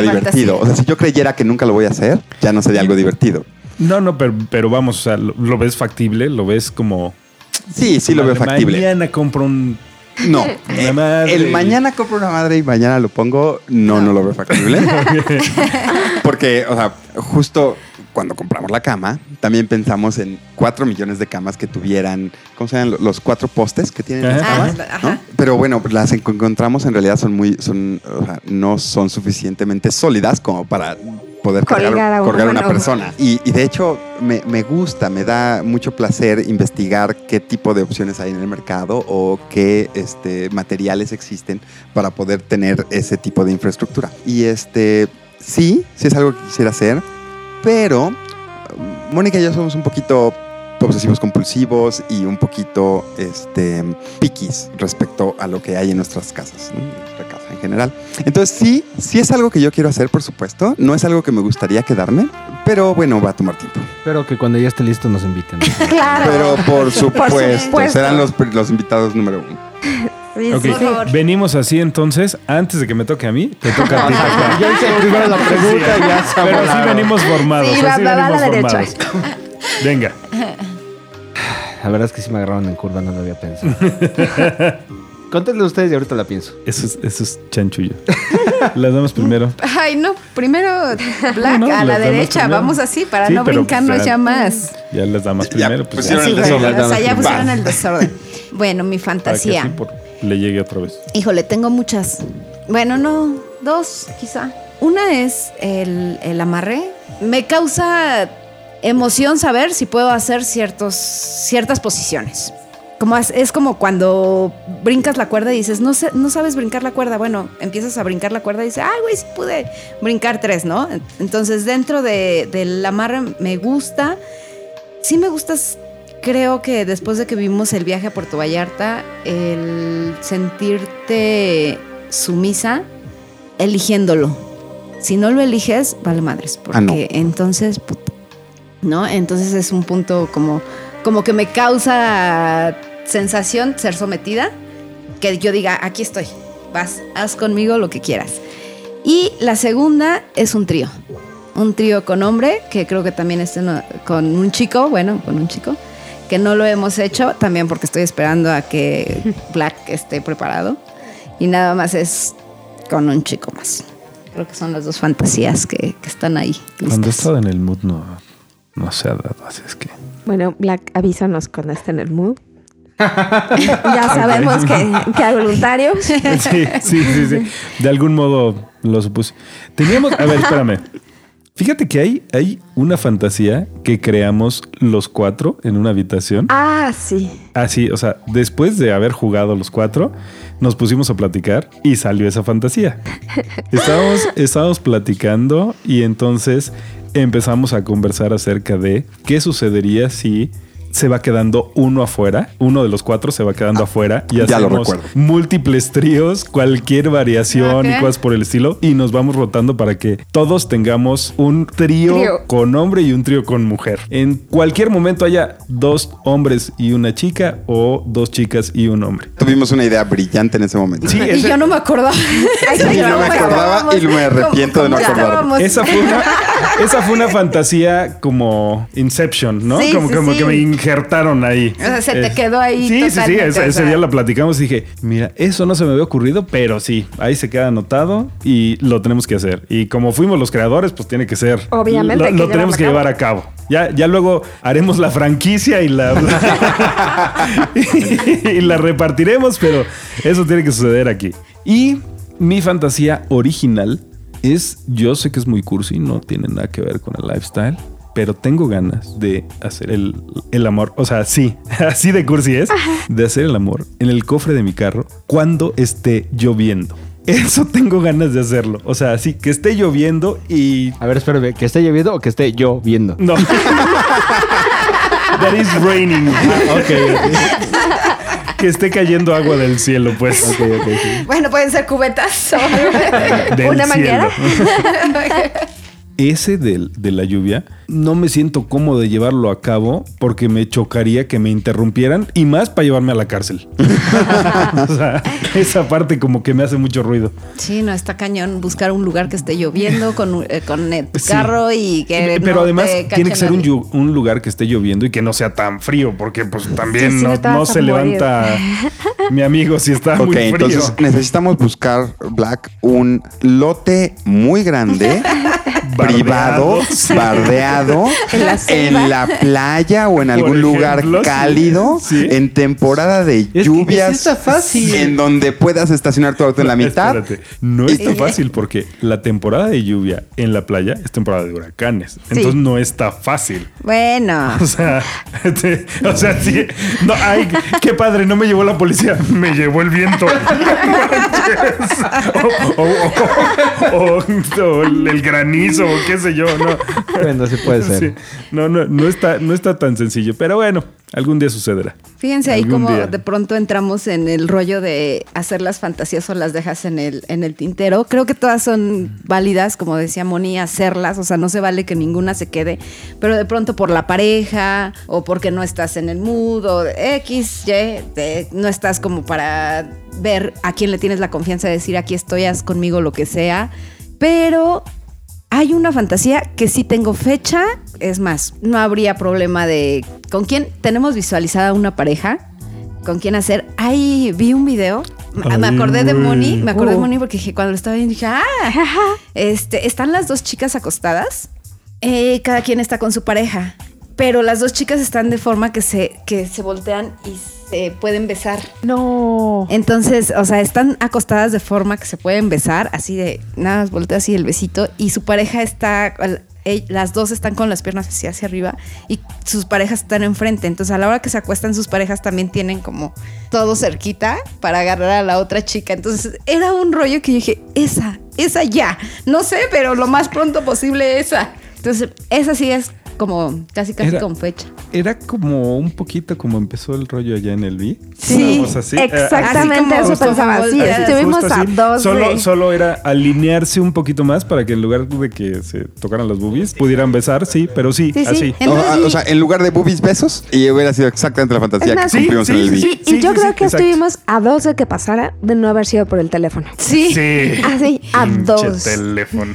fantasía.
divertido. O sea, si yo creyera que nunca lo voy a hacer, ya no sería algo divertido.
No, no, pero, pero vamos, o sea, lo, lo ves factible, lo ves como.
Sí, sí lo veo
"Madre,
factible.
Mañana compro un.
No,
La madre.
el mañana compro una madre y mañana lo pongo, no, no, lo veo factible. Porque, o sea, justo cuando compramos la cama, también pensamos en cuatro millones de camas que tuvieran, ¿cómo se llaman? Lo- Los cuatro postes que tienen las
Ajá.
camas,
Ah,
¿no?
ajá.
Pero bueno, las que encontramos en realidad son muy, son, o sea, no son suficientemente sólidas como para poder colgar,
Colgar a un
colgar a una
humano.
persona. Y, y de hecho, me, me gusta, me da mucho placer investigar qué tipo de opciones hay en el mercado o qué este, materiales existen para poder tener ese tipo de infraestructura. Y este, sí, sí es algo que quisiera hacer, pero mm, Mónica y yo somos un poquito obsesivos compulsivos y un poquito este, piquis respecto a lo que hay en nuestras casas, ¿no? en nuestra casa en general. Entonces sí, sí es algo que yo quiero hacer, por supuesto. No es algo que me gustaría quedarme, pero bueno, va a tomar tiempo.
Espero que cuando ya esté listo nos inviten.
Claro.
Pero por supuesto,
supuesto.
serán los, los invitados número uno.
Sí,
Ok,
sí,
Por favor.
venimos así entonces, antes de que me toque a mí, te toca a ti. Tacua.
Yo hice primero la
pregunta y
ya
Pero así venimos formados,
Sí, va-
así
va a la
venimos
derecha.
formados. Venga,
La verdad es que sí me agarraron en curva, no lo había pensado. Conténle ustedes y ahorita la pienso.
eso es, eso es chanchullo. Las damos primero.
Ay, no, primero Black
No, no,
a
las
la
damas
derecha,
primero.
vamos así para
Sí,
no
pero,
brincarnos
o sea,
ya más.
Ya las damas
Ya
primero. pues, ya.
pusieron
Sí,
el
güey,
desorden,
o sea,
damas
ya
primero.
pusieron
Va.
el desorden. Bueno, mi
Para que así
fantasía.
por- le llegue otra vez.
Híjole, tengo muchas. Bueno, no, dos quizá. Una es el, el amarre. Me causa emoción saber si puedo hacer ciertos, ciertas posiciones. Como es, es como cuando brincas la cuerda y dices, no, sé, no sabes brincar la cuerda. Bueno, empiezas a brincar la cuerda y dices, ay, güey, sí pude brincar tres, ¿no? Entonces, dentro de- del amarre me gusta sí me gustas. Creo que después de que vimos el viaje a Puerto Vallarta, el sentirte sumisa eligiéndolo. Si no lo eliges, vale madres, porque
Ah, no.
entonces, puta, ¿no? Entonces es un punto como, como que me causa sensación ser sometida, que yo diga, aquí estoy, vas, haz conmigo lo que quieras. Y la segunda es un trío. Un trío con hombre, que creo que también es en- con un chico, bueno, con un chico, que no lo hemos hecho, también porque estoy esperando a que Black esté preparado. Y nada más es con un chico más. Creo que son las dos fantasías que, que están ahí.
Cuando he
listas.
estado en el mood no, no se ha dado, así es que...
Bueno, Black, avísanos cuando esté en el mood. ya sabemos que, que hay voluntarios.
Sí, sí, sí, sí. De algún modo lo supuse. Teníamos... A ver, espérame. Fíjate que hay, hay una fantasía que creamos los cuatro en una habitación.
Ah, sí.
Así, o sea, después de haber jugado los cuatro, nos pusimos a platicar y salió esa fantasía. Estábamos, estábamos platicando y entonces empezamos a conversar acerca de qué sucedería si se va quedando uno afuera, uno de los cuatro se va quedando afuera y
Ah, ya lo
hacemos
recuerdo.
múltiples tríos, cualquier variación y
Ok.
cosas por el estilo y nos vamos rotando para que todos tengamos un trío,
Trío.
con hombre y un trío con mujer. En cualquier momento haya dos hombres y una chica o dos chicas y un hombre.
Tuvimos una idea brillante en ese momento.
Sí,
Y
ese-
yo no me acordaba.
Sí, yo no me acordaba y me arrepiento de no acordarme.
acordarme.
Esa fue, una, esa fue una fantasía como Inception, ¿no?
Sí,
como
sí,
como
sí.
que me injertaron ahí.
O sea, se
Eh,
te quedó ahí
Sí, sí, sí.
totalmente,
Ese,
o
ese
sea.
día la platicamos y dije, mira, eso no se me había ocurrido, pero sí, ahí se queda anotado y lo tenemos que hacer. Y como fuimos los creadores, pues tiene que ser.
Obviamente
Lo,
hay que
lo tenemos que llevar
llevarlo
a cabo. Ya, ya luego haremos la franquicia y la, y la repartiremos, pero eso tiene que suceder aquí. Y mi fantasía original es, yo sé que es muy cursi, no tiene nada que ver con el lifestyle, pero tengo ganas de hacer el, el amor. O sea, sí, así de cursi es, de hacer el amor en el cofre de mi carro cuando esté lloviendo. Eso tengo ganas de hacerlo. O sea, sí, que esté lloviendo y...
A ver, espérame, ¿que esté lloviendo o que esté yo viendo?
No. That is raining. Que esté cayendo agua del cielo, pues.
Bueno, pueden ser cubetas. obvio.
Del
¿Una manguera?
Ese del- de la lluvia, no me siento cómodo de llevarlo a cabo porque me chocaría que me interrumpieran y más para llevarme a la cárcel. o sea, esa parte como que me hace mucho ruido.
sí, no, está cañón buscar un lugar que esté lloviendo con, un- eh, con el
Sí.
carro y que.
Eh, Pero
Eh, no
además
te
tiene que
cachen
ser un,
al-
llu- un lugar que esté lloviendo y que no sea tan frío porque pues también
Sí, sí,
no,
no te
no
vas a
se
morir.
levanta mi amigo si está
Ok,
muy frío.
entonces necesitamos buscar, Black, un lote muy grande, privado, bardeado,
En la selva.
en la playa o en
Por
algún
ejemplo,
lugar
sí.
cálido,
Sí.
en temporada de
que
lluvias,
sí está fácil.
en donde puedas estacionar tu auto en la mitad.
Espérate, no es tan fácil porque la temporada de lluvia en la playa es temporada de huracanes. Entonces no está fácil.
Bueno.
O sea, te- o sea, sí. No, ay, qué padre, no me llevó la policía, me llevó el viento. O, o- o- o el granizo, o qué sé yo, no.
Bueno, sí puede ser.
Sí. No, no, no está, no está tan sencillo, pero bueno, algún día sucederá.
Fíjense ahí
Algún
como
día.
de pronto entramos en el rollo de hacer las fantasías o las dejas en el, en el tintero. Creo que todas son válidas, como decía Moni, hacerlas. O sea, no se vale que ninguna se quede, pero de pronto por la pareja o porque no estás en el mood o X, Y, te- no estás como para ver a quién le tienes la confianza de decir aquí estoy, haz conmigo lo que sea. Pero hay una fantasía que sí tengo fecha. Es más, no habría problema de con quién tenemos visualizada una pareja, con quién hacer. Ahí vi un video. m- Me
Ay,
acordé de
güey.
Moni, me acordé de
Oh.
Moni porque dije, cuando lo estaba viendo dije, ah, este, están las dos chicas acostadas, eh, cada quien está con su pareja, pero las dos chicas están de forma que se, que se voltean y se pueden besar.
No.
Entonces, o sea, están acostadas de forma que se pueden besar, así de nada más voltea así el besito y su pareja está, al- ell- las dos están con las piernas así hacia arriba y sus parejas están enfrente. Entonces, a la hora que se acuestan, sus parejas también tienen como todo cerquita para agarrar a la otra chica. Entonces, era un rollo que yo dije, esa, esa ya. No sé, pero lo más pronto posible esa. Entonces, esa sí es como casi casi
Era-
con fecha.
Era como un poquito como empezó el rollo allá en el B.
Sí,
Una cosa pues así.
así como
exactamente eso
justo
pensaba.
como
Sí,
volteadas.
estuvimos
Justo
a
así.
dos
Solo,
de-
solo era alinearse un poquito más para que en lugar de que se tocaran las boobies pudieran besar, sí, pero sí,
Sí, sí.
así.
O- ah, o, sea, en lugar de boobies besos, y hubiera sido exactamente la fantasía
Es más,
que cumplimos
sí,
en el
sí,
video.
Y, y
sí,
yo
sí,
creo
sí,
que
exacto.
estuvimos a dos de que pasara de no haber sido por el teléfono.
Sí.
Así, a
Pinche
dos.
teléfono.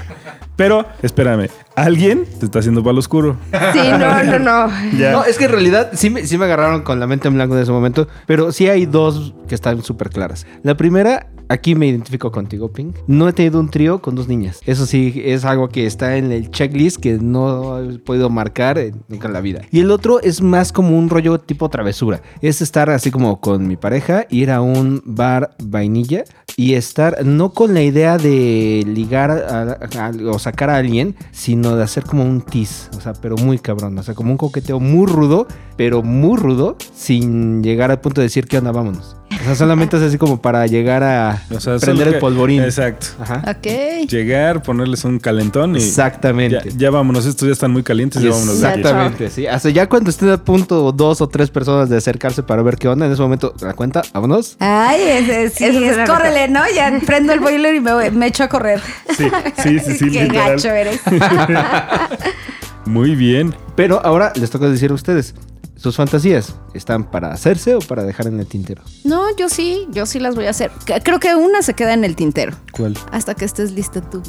Pero, espérame, alguien te está haciendo palo oscuro.
Sí, no, no, no.
Ya.
No, es que en realidad sí me, sí me agarraron con la mente en blanco en ese momento, pero sí hay dos que están súper claras. La primera, aquí me identifico contigo, Pink. No he tenido un trío con dos niñas. Eso sí, es algo que está en el checklist que no he podido marcar eh, nunca en la vida. Y el otro es más como un rollo tipo travesura. Es estar así como con mi pareja, ir a un bar vainilla y estar no con la idea de ligar a- a- o sacar a alguien, sino de hacer como un tease, o sea, pero muy cabrón, o sea, como un coqueteo muy rudo, pero muy rudo, sin llegar al punto de decir qué onda, vámonos. O sea, solamente es así como para llegar a
O sea,
prender
solo
el
que-
polvorín.
Exacto.
Ajá.
Ok.
Llegar, ponerles un calentón y. Ya,
Exactamente.
ya vámonos, estos ya están muy calientes, ya vámonos de aquí.
Exactamente, sí. Hasta ya cuando estén a punto dos o tres personas de acercarse para ver qué onda, en ese momento, la cuenta, vámonos.
Ay, es, es, sí,
Eso es
es-
una
córrele, ¿no? Ya prendo el boiler y me, voy- me echo a correr.
Sí, sí, sí, sí,
Qué
literal.
gacho eres.
Muy bien.
Pero ahora les toca decir a ustedes, ¿sus fantasías están para hacerse o para dejar en el tintero?
No, yo sí, yo sí las voy a hacer. C- Creo que una se queda en el tintero.
¿Cuál?
Hasta que estés lista tú.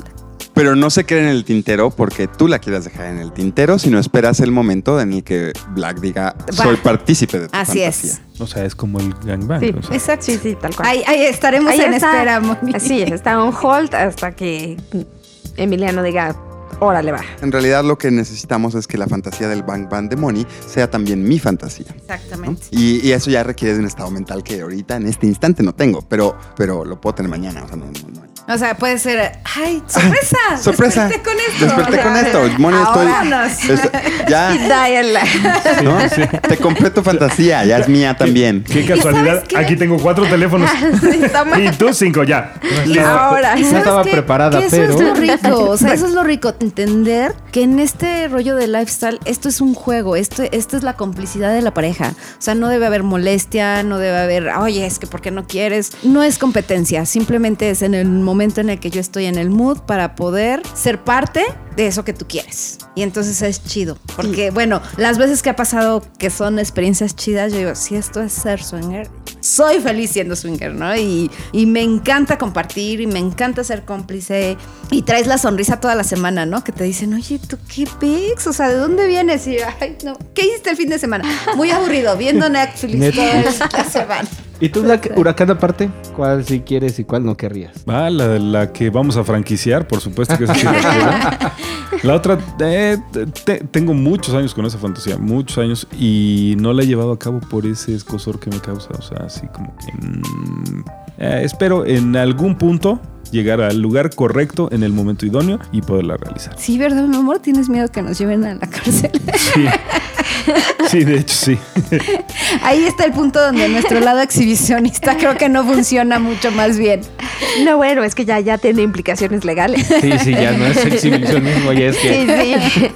Pero no se quede en el tintero porque tú la quieras dejar en el tintero, sino esperas el momento en el que Black diga, soy
Va.
partícipe de tu
Así
fantasía".
es.
O sea, es como el gangbang.
Sí.
o sea.
Exacto.
Sí, sí, tal cual.
Ahí, ahí estaremos
Ahí
en
está.
espera, Moni.
Sí, está on hold hasta que Emiliano diga, órale, va.
En realidad lo que necesitamos es que la fantasía del Bang Bang de Money sea también mi fantasía. ¿no?
Exactamente.
Y, y eso ya requiere de un estado mental que ahorita en este instante no tengo, pero, pero lo puedo tener mañana. o sea, no- no- no hay-
O sea, puede ser, ay, sorpresa.
Sorpresa.
Ah, Desperté con esto.
Desperté
O sea,
con esto. Moni,
ahora
estoy.
nos-
es-
Ah.
ya,
Diala.
¿no? Te compré tu fantasía, ya es mía también.
Qué casualidad.
sabes qué? Ah,
Aquí tengo cuatro teléfonos.
Sí, toma.
y tú cinco ya.
Ahora.
¿Y
No
sabes
estaba
qué?
preparada,
Que eso
pero-
es lo rico. O sea, eso es lo rico. Entender que en este rollo de lifestyle, esto es un juego. Esto, esto es la complicidad de la pareja. O sea, no debe haber molestia, no debe haber, oye, es que ¿por qué no quieres? No es competencia. Simplemente es en el momento en el que yo estoy en el mood para poder ser parte de eso que tú quieres. Y entonces es chido. Porque, bueno, las veces que ha pasado que son experiencias chidas, yo digo, si esto es ser swinger, soy feliz siendo swinger, ¿no? Y, y me encanta compartir y me encanta ser cómplice. Y traes la sonrisa toda la semana, ¿no? Que te dicen, oye, ¿tú qué pics? O sea, ¿de dónde vienes? Y, ay, no, ¿qué hiciste el fin de semana? Muy aburrido, viendo Netflix,
Netflix.
toda la semana.
¿Y tú, la huracán aparte? ¿Cuál sí quieres y cuál no querrías?
Ah, la, la que vamos a franquiciar, por supuesto que esa sí la quiero. La otra, eh, te- te- tengo muchos años con esa fantasía, muchos años, y no la he llevado a cabo por ese escosor que me causa. O sea, así como que. mm, eh, espero en algún punto llegar al lugar correcto, en el momento idóneo y poderla realizar.
Sí, ¿verdad, mi amor? ¿Tienes miedo que nos lleven a la cárcel?
Sí. Sí, de hecho, sí.
Ahí está el punto donde nuestro lado exhibicionista creo que no funciona mucho más bien.
No, bueno, es que ya, ya tiene implicaciones legales.
Sí, sí, ya no es exhibicionismo, ya es que...
sí.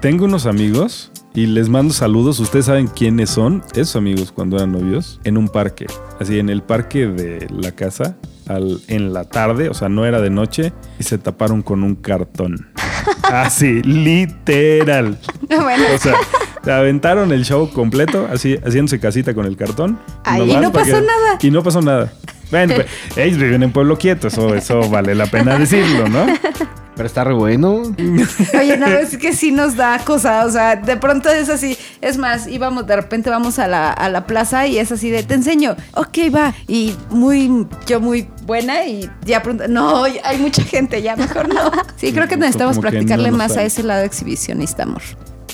Tengo unos amigos y les mando saludos. Ustedes saben quiénes son esos amigos cuando eran novios en un parque. Así en el parque de la casa al- en la tarde, o sea, no era de noche y se taparon con un cartón. Así, literal.
Bueno.
O sea, aventaron el show completo, así haciéndose casita con el cartón.
Ay,
nomás
y no
para
pasó nada.
Y no pasó nada. Bueno, pues, ellos viven en Pueblo Quieto, eso, eso vale la pena decirlo, ¿no?
Pero está re bueno.
Oye, no, es que sí nos da cosa, o sea, de pronto es así, es más, íbamos, de repente vamos a la, a la plaza y es así de, te enseño, ok, va, y muy, yo muy buena y ya pronto, no, ya hay mucha gente, ya mejor no. Sí, creo que
Como
necesitamos
que no
practicarle
nos
más a
sale.
ese lado exhibicionista, amor.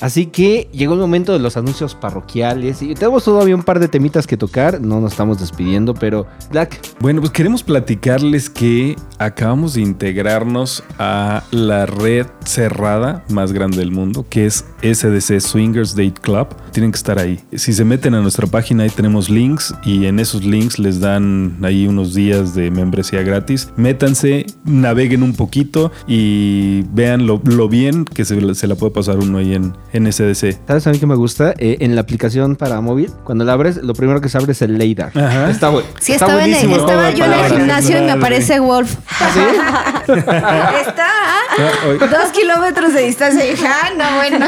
Así que llegó el momento de los anuncios parroquiales y tenemos todavía un par de temitas que tocar. No nos estamos despidiendo, pero Black,
Bueno, pues queremos platicarles que acabamos de integrarnos a la red cerrada más grande del mundo, que es SDC Swingers Date Club. Tienen que estar ahí. Si se meten a nuestra página, ahí tenemos links y en esos links les dan ahí unos días de membresía gratis. Métanse, naveguen un poquito y vean lo, lo bien que se, se la puede pasar uno ahí en, en SDC.
¿sabes a mí que me gusta? Eh, en la aplicación para móvil, cuando la abres, lo primero que se abre es el LiDAR.
Ajá.
Está bueno.
Sí, estaba, en el-
buenísimo juego
estaba
de
Ah, yo en el
palabras.
gimnasio y me
Madre.
aparece Wolf. Está a
Ah, hoy-
dos kilómetros de distancia, hija, no, bueno.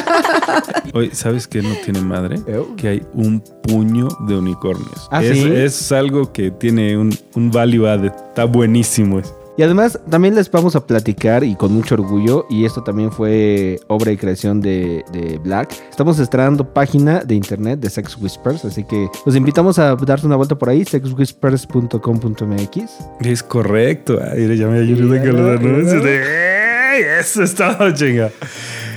Hoy, ¿sabes qué no tiene madre?
Eu.
Que hay un puño de unicornios.
¿Ah,
es,
sí?
es algo que tiene un, un value added. Está buenísimo.
Y además, también les vamos a platicar y con mucho orgullo, y esto también fue obra y creación de, de Black. Estamos estrenando página de internet de Sex Whispers, así que los invitamos a darte una vuelta por ahí, sexwhispers.com.mx.
Es correcto. Ay, mira, ya me ayudé con los anuncios. de, "Ey, Eso está chinga.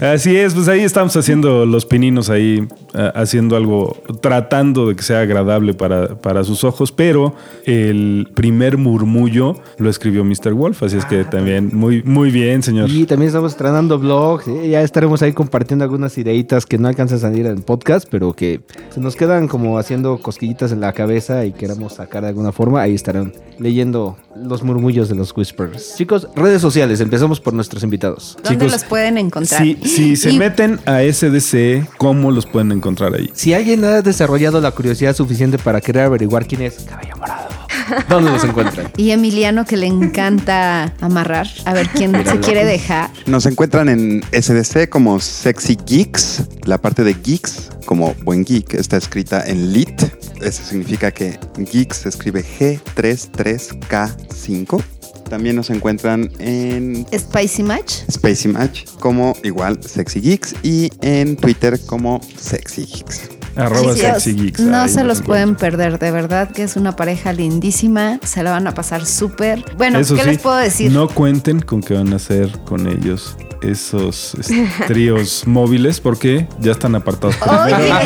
Así es, pues ahí estamos haciendo los pininos ahí, ah, haciendo algo, tratando de que sea agradable para, para sus ojos, pero el primer murmullo lo escribió Mr. Wolf, así es que también muy, muy bien, señor.
Ah, Y también estamos estrenando blogs, eh, ya estaremos ahí compartiendo algunas ideitas que no alcanzan a salir en podcast, pero que se nos quedan como haciendo cosquillitas en la cabeza y queramos sacar de alguna forma, ahí estarán leyendo los murmullos de los whispers. Chicos, redes sociales, empezamos por nuestros invitados.
¿Dónde
Chicos,
los pueden encontrar?
Si, si se
Y-
meten a SDC, ¿cómo los pueden encontrar ahí?
Si alguien ha desarrollado la curiosidad suficiente para querer averiguar quién es Cabello Morado, ¿dónde los encuentran?
Y Emiliano que le encanta amarrar, a ver quién se quiere dejar.
Nos encuentran en SDC como Sexy Geeks, la parte de Geeks como buen geek está escrita en lit. Eso significa que Geeks se escribe G33K5. También nos encuentran en
Spicy Match.
Spacey Match como igual Sexy Geeks y en Twitter como Sexy Geeks.
Arroba
Chicos,
Sexy Geeks.
No
Ahí
se
nos
los pueden
encuentran.
perder, de verdad que es una pareja lindísima, se la van a pasar súper. Bueno,
Eso
¿qué
sí,
les puedo decir?
No cuenten con qué van a hacer con ellos esos este, tríos móviles porque ya están apartados. por
Oye, no, no,
dinero.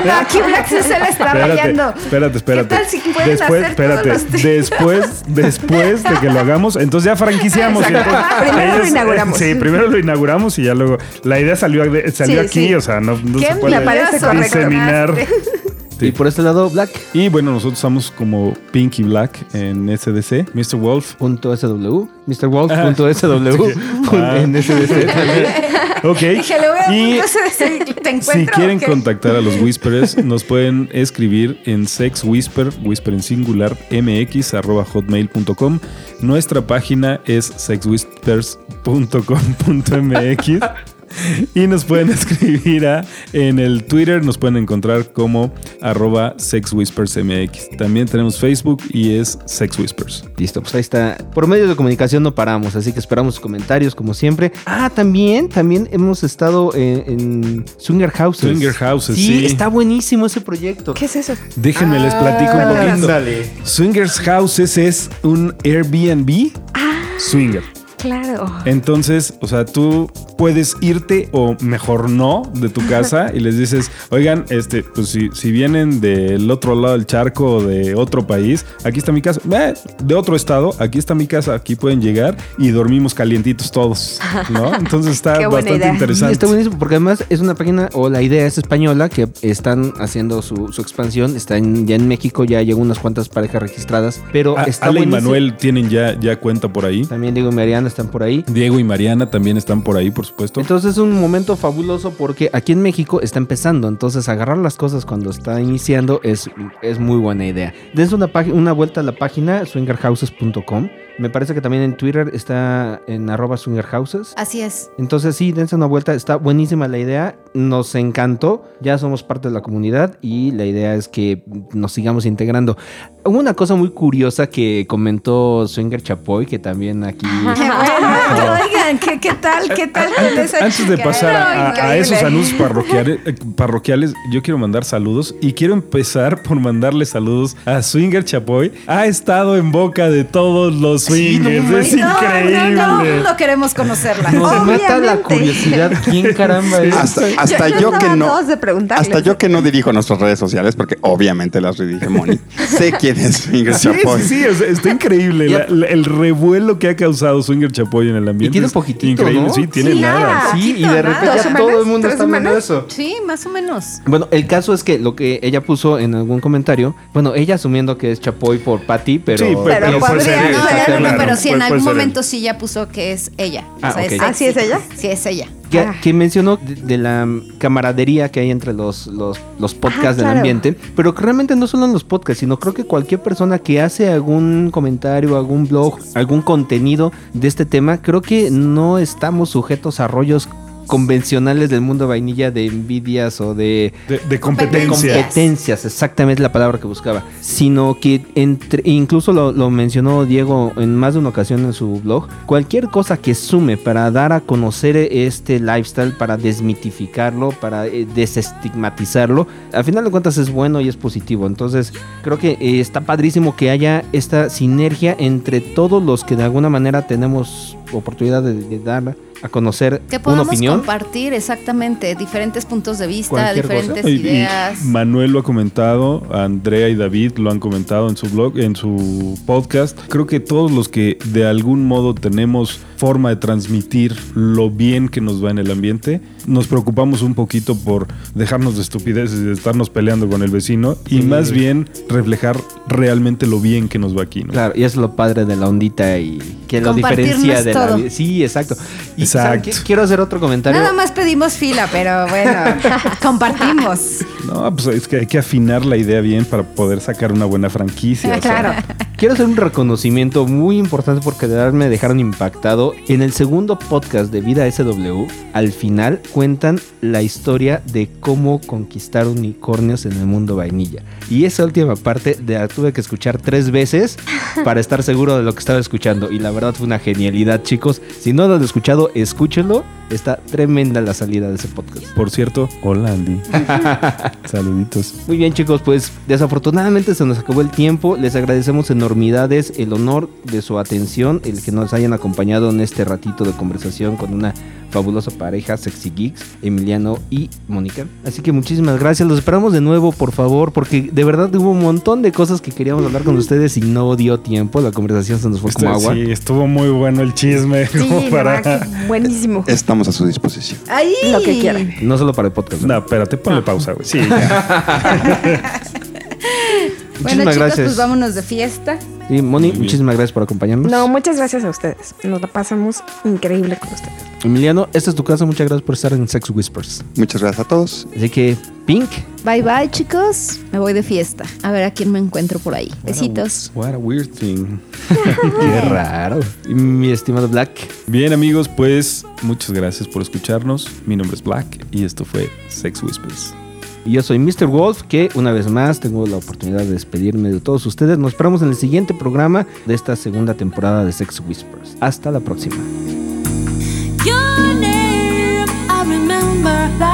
no, aquí Black se la está rayando.
espérate, espérate.
¿Qué tal si pueden
después,
hacer
espérate,
todos los tríos?
después, después de que lo hagamos, entonces ya franquiciamos. y
Exacto. Ah,
entonces-
Primero lo inauguramos.
Sí, primero lo inauguramos y ya luego. La idea salió, de- salió
Sí,
aquí,
sí.
o sea, no, no
¿Qué
se puede
me parece correcto?
diseminar. Sí.
Y por este lado, black.sw.
Y bueno, nosotros estamos como Pinky Black en SDC, Mr. Wolf.
MrWolf.sw.
Ah.
En SDC también.
Ok.
Dije, le voy a
Y
entonces, te encuentro.
si quieren
¿ok?
contactar a los Whisperers, nos pueden escribir en sexwhisper, whisper en singular, mx, arroba hotmail.com. Nuestra página es sexwhispers.com.mx. Y nos pueden escribir a- en el Twitter, nos pueden encontrar como arroba sexwhispersmx. También tenemos Facebook y es sexwhispers.
Listo, pues ahí está. Por medios de comunicación no paramos, así que esperamos sus comentarios como siempre. Ah, también, también hemos estado en, en Swinger Houses.
Swinger Houses, sí.
está buenísimo ese proyecto. Ah,
¿Qué es eso?
Déjenme
Ah,
les platico un poquito.
Ándale.
Swingers Houses es un Airbnb
Ah.
swinger.
Claro.
Entonces, o sea, tú puedes irte o mejor no de tu casa y les dices, oigan, este, pues si, si vienen del otro lado del charco o de otro país, aquí está mi casa. Eh, de otro estado, aquí está mi casa, aquí pueden llegar y dormimos calientitos todos, ¿no? Entonces está
Qué buena
bastante
idea.
Sí,
interesante.
está buenísimo porque además es una página o la idea es española que están haciendo su, su expansión. Están ya en México, ya llegó unas cuantas parejas registradas. Pero
A-
está
Ale y
buenísimo.
Manuel tienen ya, ya cuenta por ahí.
También Diego y Mariana están por ahí.
Diego y Mariana también están por ahí, por supuesto.
Entonces es un momento fabuloso porque aquí en México está empezando, entonces agarrar las cosas cuando está iniciando es, es muy buena idea. Dense una, pag- una vuelta a la página swingerhouses.com. Me parece que también en Twitter está en arroba swingerhouses.
Así es.
Entonces sí, dense una vuelta, está buenísima la idea, nos encantó, ya somos parte de la comunidad y la idea es que nos sigamos integrando. Hubo una cosa muy curiosa que comentó Swinger Chapoy, que también aquí...
Qué bueno, Oigan, ¿qué, ¿qué tal? ¿Qué tal con esa
Antes de
chica?
pasar a,
No,
a- a esos
increíble.
anuncios parroquiales, eh, parroquiales, yo quiero mandar saludos y quiero empezar por mandarle saludos a Swinger Chapoy. Ha estado en boca de todos los swingers. es
No,
increíble.
No, no, no queremos conocerla.
Nos
Obviamente.
mata la curiosidad. ¿Quién caramba es?
Hasta, hasta yo,
estaba
que
a
no.
dos de preguntarle.
Hasta yo que no dirijo nuestras redes sociales, porque obviamente las dirige Moni. sé quién es Swinger
Sí,
Chapoy.
sí, sí, o sea, está increíble la- la- el revuelo que ha causado Swinger Chapoy en el ambiente.
Y tiene
es
poquitito,
Increíble,
¿no?
sí, tiene
Sí,
nada.
nada.
Sí, y
Poquito,
de
nada.
repente
¿Dos
ya todo el
semanas?
mundo
¿Tres
está hablando de eso.
Sí, más o menos.
Bueno, el caso es que lo que ella puso en algún comentario, bueno, ella asumiendo que es Chapoy por Patty, pero,
Sí, pero-
Pero
pero
podría-
ser él,
no,
sí,
no, no,
claro, Pues,
no, pero sí, en
puede-
algún
puede ser él.
momento sí ya puso que es ella.
Ah, ok.
sexy.
¿Ah, sí es ella?
Sí, es ella.
que,
Ah.
que mencionó de, de la camaradería que hay entre los, los, los podcasts
Ajá,
del
claro.
ambiente, pero que realmente no solo en los podcasts, sino creo que cualquier persona que hace algún comentario, algún blog, algún contenido de este tema, creo que no estamos sujetos a rollos convencionales del mundo vainilla de envidias o de
De, de
de
competencia.
competencias, exactamente la palabra que buscaba, sino que entre, incluso lo, lo mencionó Diego en más de una ocasión en su blog, cualquier cosa que sume para dar a conocer este lifestyle, para desmitificarlo, para eh, desestigmatizarlo, al final de cuentas es bueno y es positivo, entonces creo que eh, está padrísimo que haya esta sinergia entre todos los que de alguna manera tenemos oportunidad de, de dar a conocer
Que
una
podamos
opinión.
compartir exactamente diferentes puntos de vista,
Cualquier cosa.
diferentes
Y- y
ideas.
Manuel lo ha comentado, Andrea y David lo han comentado en su blog, en su podcast. Creo que todos los que de algún modo tenemos forma de transmitir lo bien que nos va en el ambiente, nos preocupamos un poquito por dejarnos de estupideces y de estarnos peleando con el vecino y más bien reflejar realmente lo bien que nos va aquí. ¿no?
Claro, y es lo padre de la ondita y que lo
Compartirnos
diferencia de la
todo.
vida. Sí, exacto. Y
Exacto.
¿saben qué? quiero hacer otro comentario.
Nada más pedimos fila, pero bueno, compartimos.
No, pues es que hay que afinar la idea bien para poder sacar una buena franquicia. o sea,
Claro.
Quiero hacer un reconocimiento muy importante porque de verdad me dejaron impactado. En el segundo podcast de Vida SW, al final cuentan la historia de cómo conquistar unicornios en el mundo vainilla. Y esa última parte de la tuve que escuchar tres veces para estar seguro de lo que estaba escuchando. Y la verdad fue una genialidad, chicos. Si no lo han escuchado, escúchenlo. Está tremenda la salida de ese podcast.
por cierto, hola Andy. Saluditos.
Muy bien chicos, pues desafortunadamente se nos acabó el tiempo. Les agradecemos enormidades el honor de su atención, el que nos hayan acompañado en este ratito de conversación con una fabulosa pareja Sexy Geeks, Emiliano y Mónica. Así que muchísimas gracias, los esperamos de nuevo por favor, porque de verdad hubo un montón de cosas que queríamos hablar con ustedes y no dio tiempo, la conversación se nos fue como
Este-
agua.
sí, estuvo muy bueno el chisme. como
Sí,
para-
no, aquí, buenísimo.
Estamos a su disposición.
Ahí.
Lo que quieran.
No solo para el podcast. ¿no?
No, espérate, ponle pausa, güey. Sí, ya.
Bueno,
Muchísimas
chicos,
gracias.
pues vámonos de fiesta.
Sí, Moni, muchísimas gracias por acompañarnos.
No, muchas gracias a ustedes. Nos la pasamos increíble con ustedes.
Emiliano, esta es tu casa, muchas gracias por estar en Sex Whispers.
Muchas gracias a todos.
Así que, Pink.
Bye bye, chicos. Me voy de fiesta. A ver a quién me encuentro por ahí. Besitos.
What a weird thing.
Qué raro. Y mi estimado Black.
Bien, amigos, pues muchas gracias por escucharnos. Mi nombre es Black y esto fue Sex Whispers.
Y yo soy Mr. Wolf, que una vez más tengo la oportunidad de despedirme de todos ustedes. Nos esperamos en el siguiente programa de esta segunda temporada de Sex Whispers. Hasta la próxima.
Your name I remember like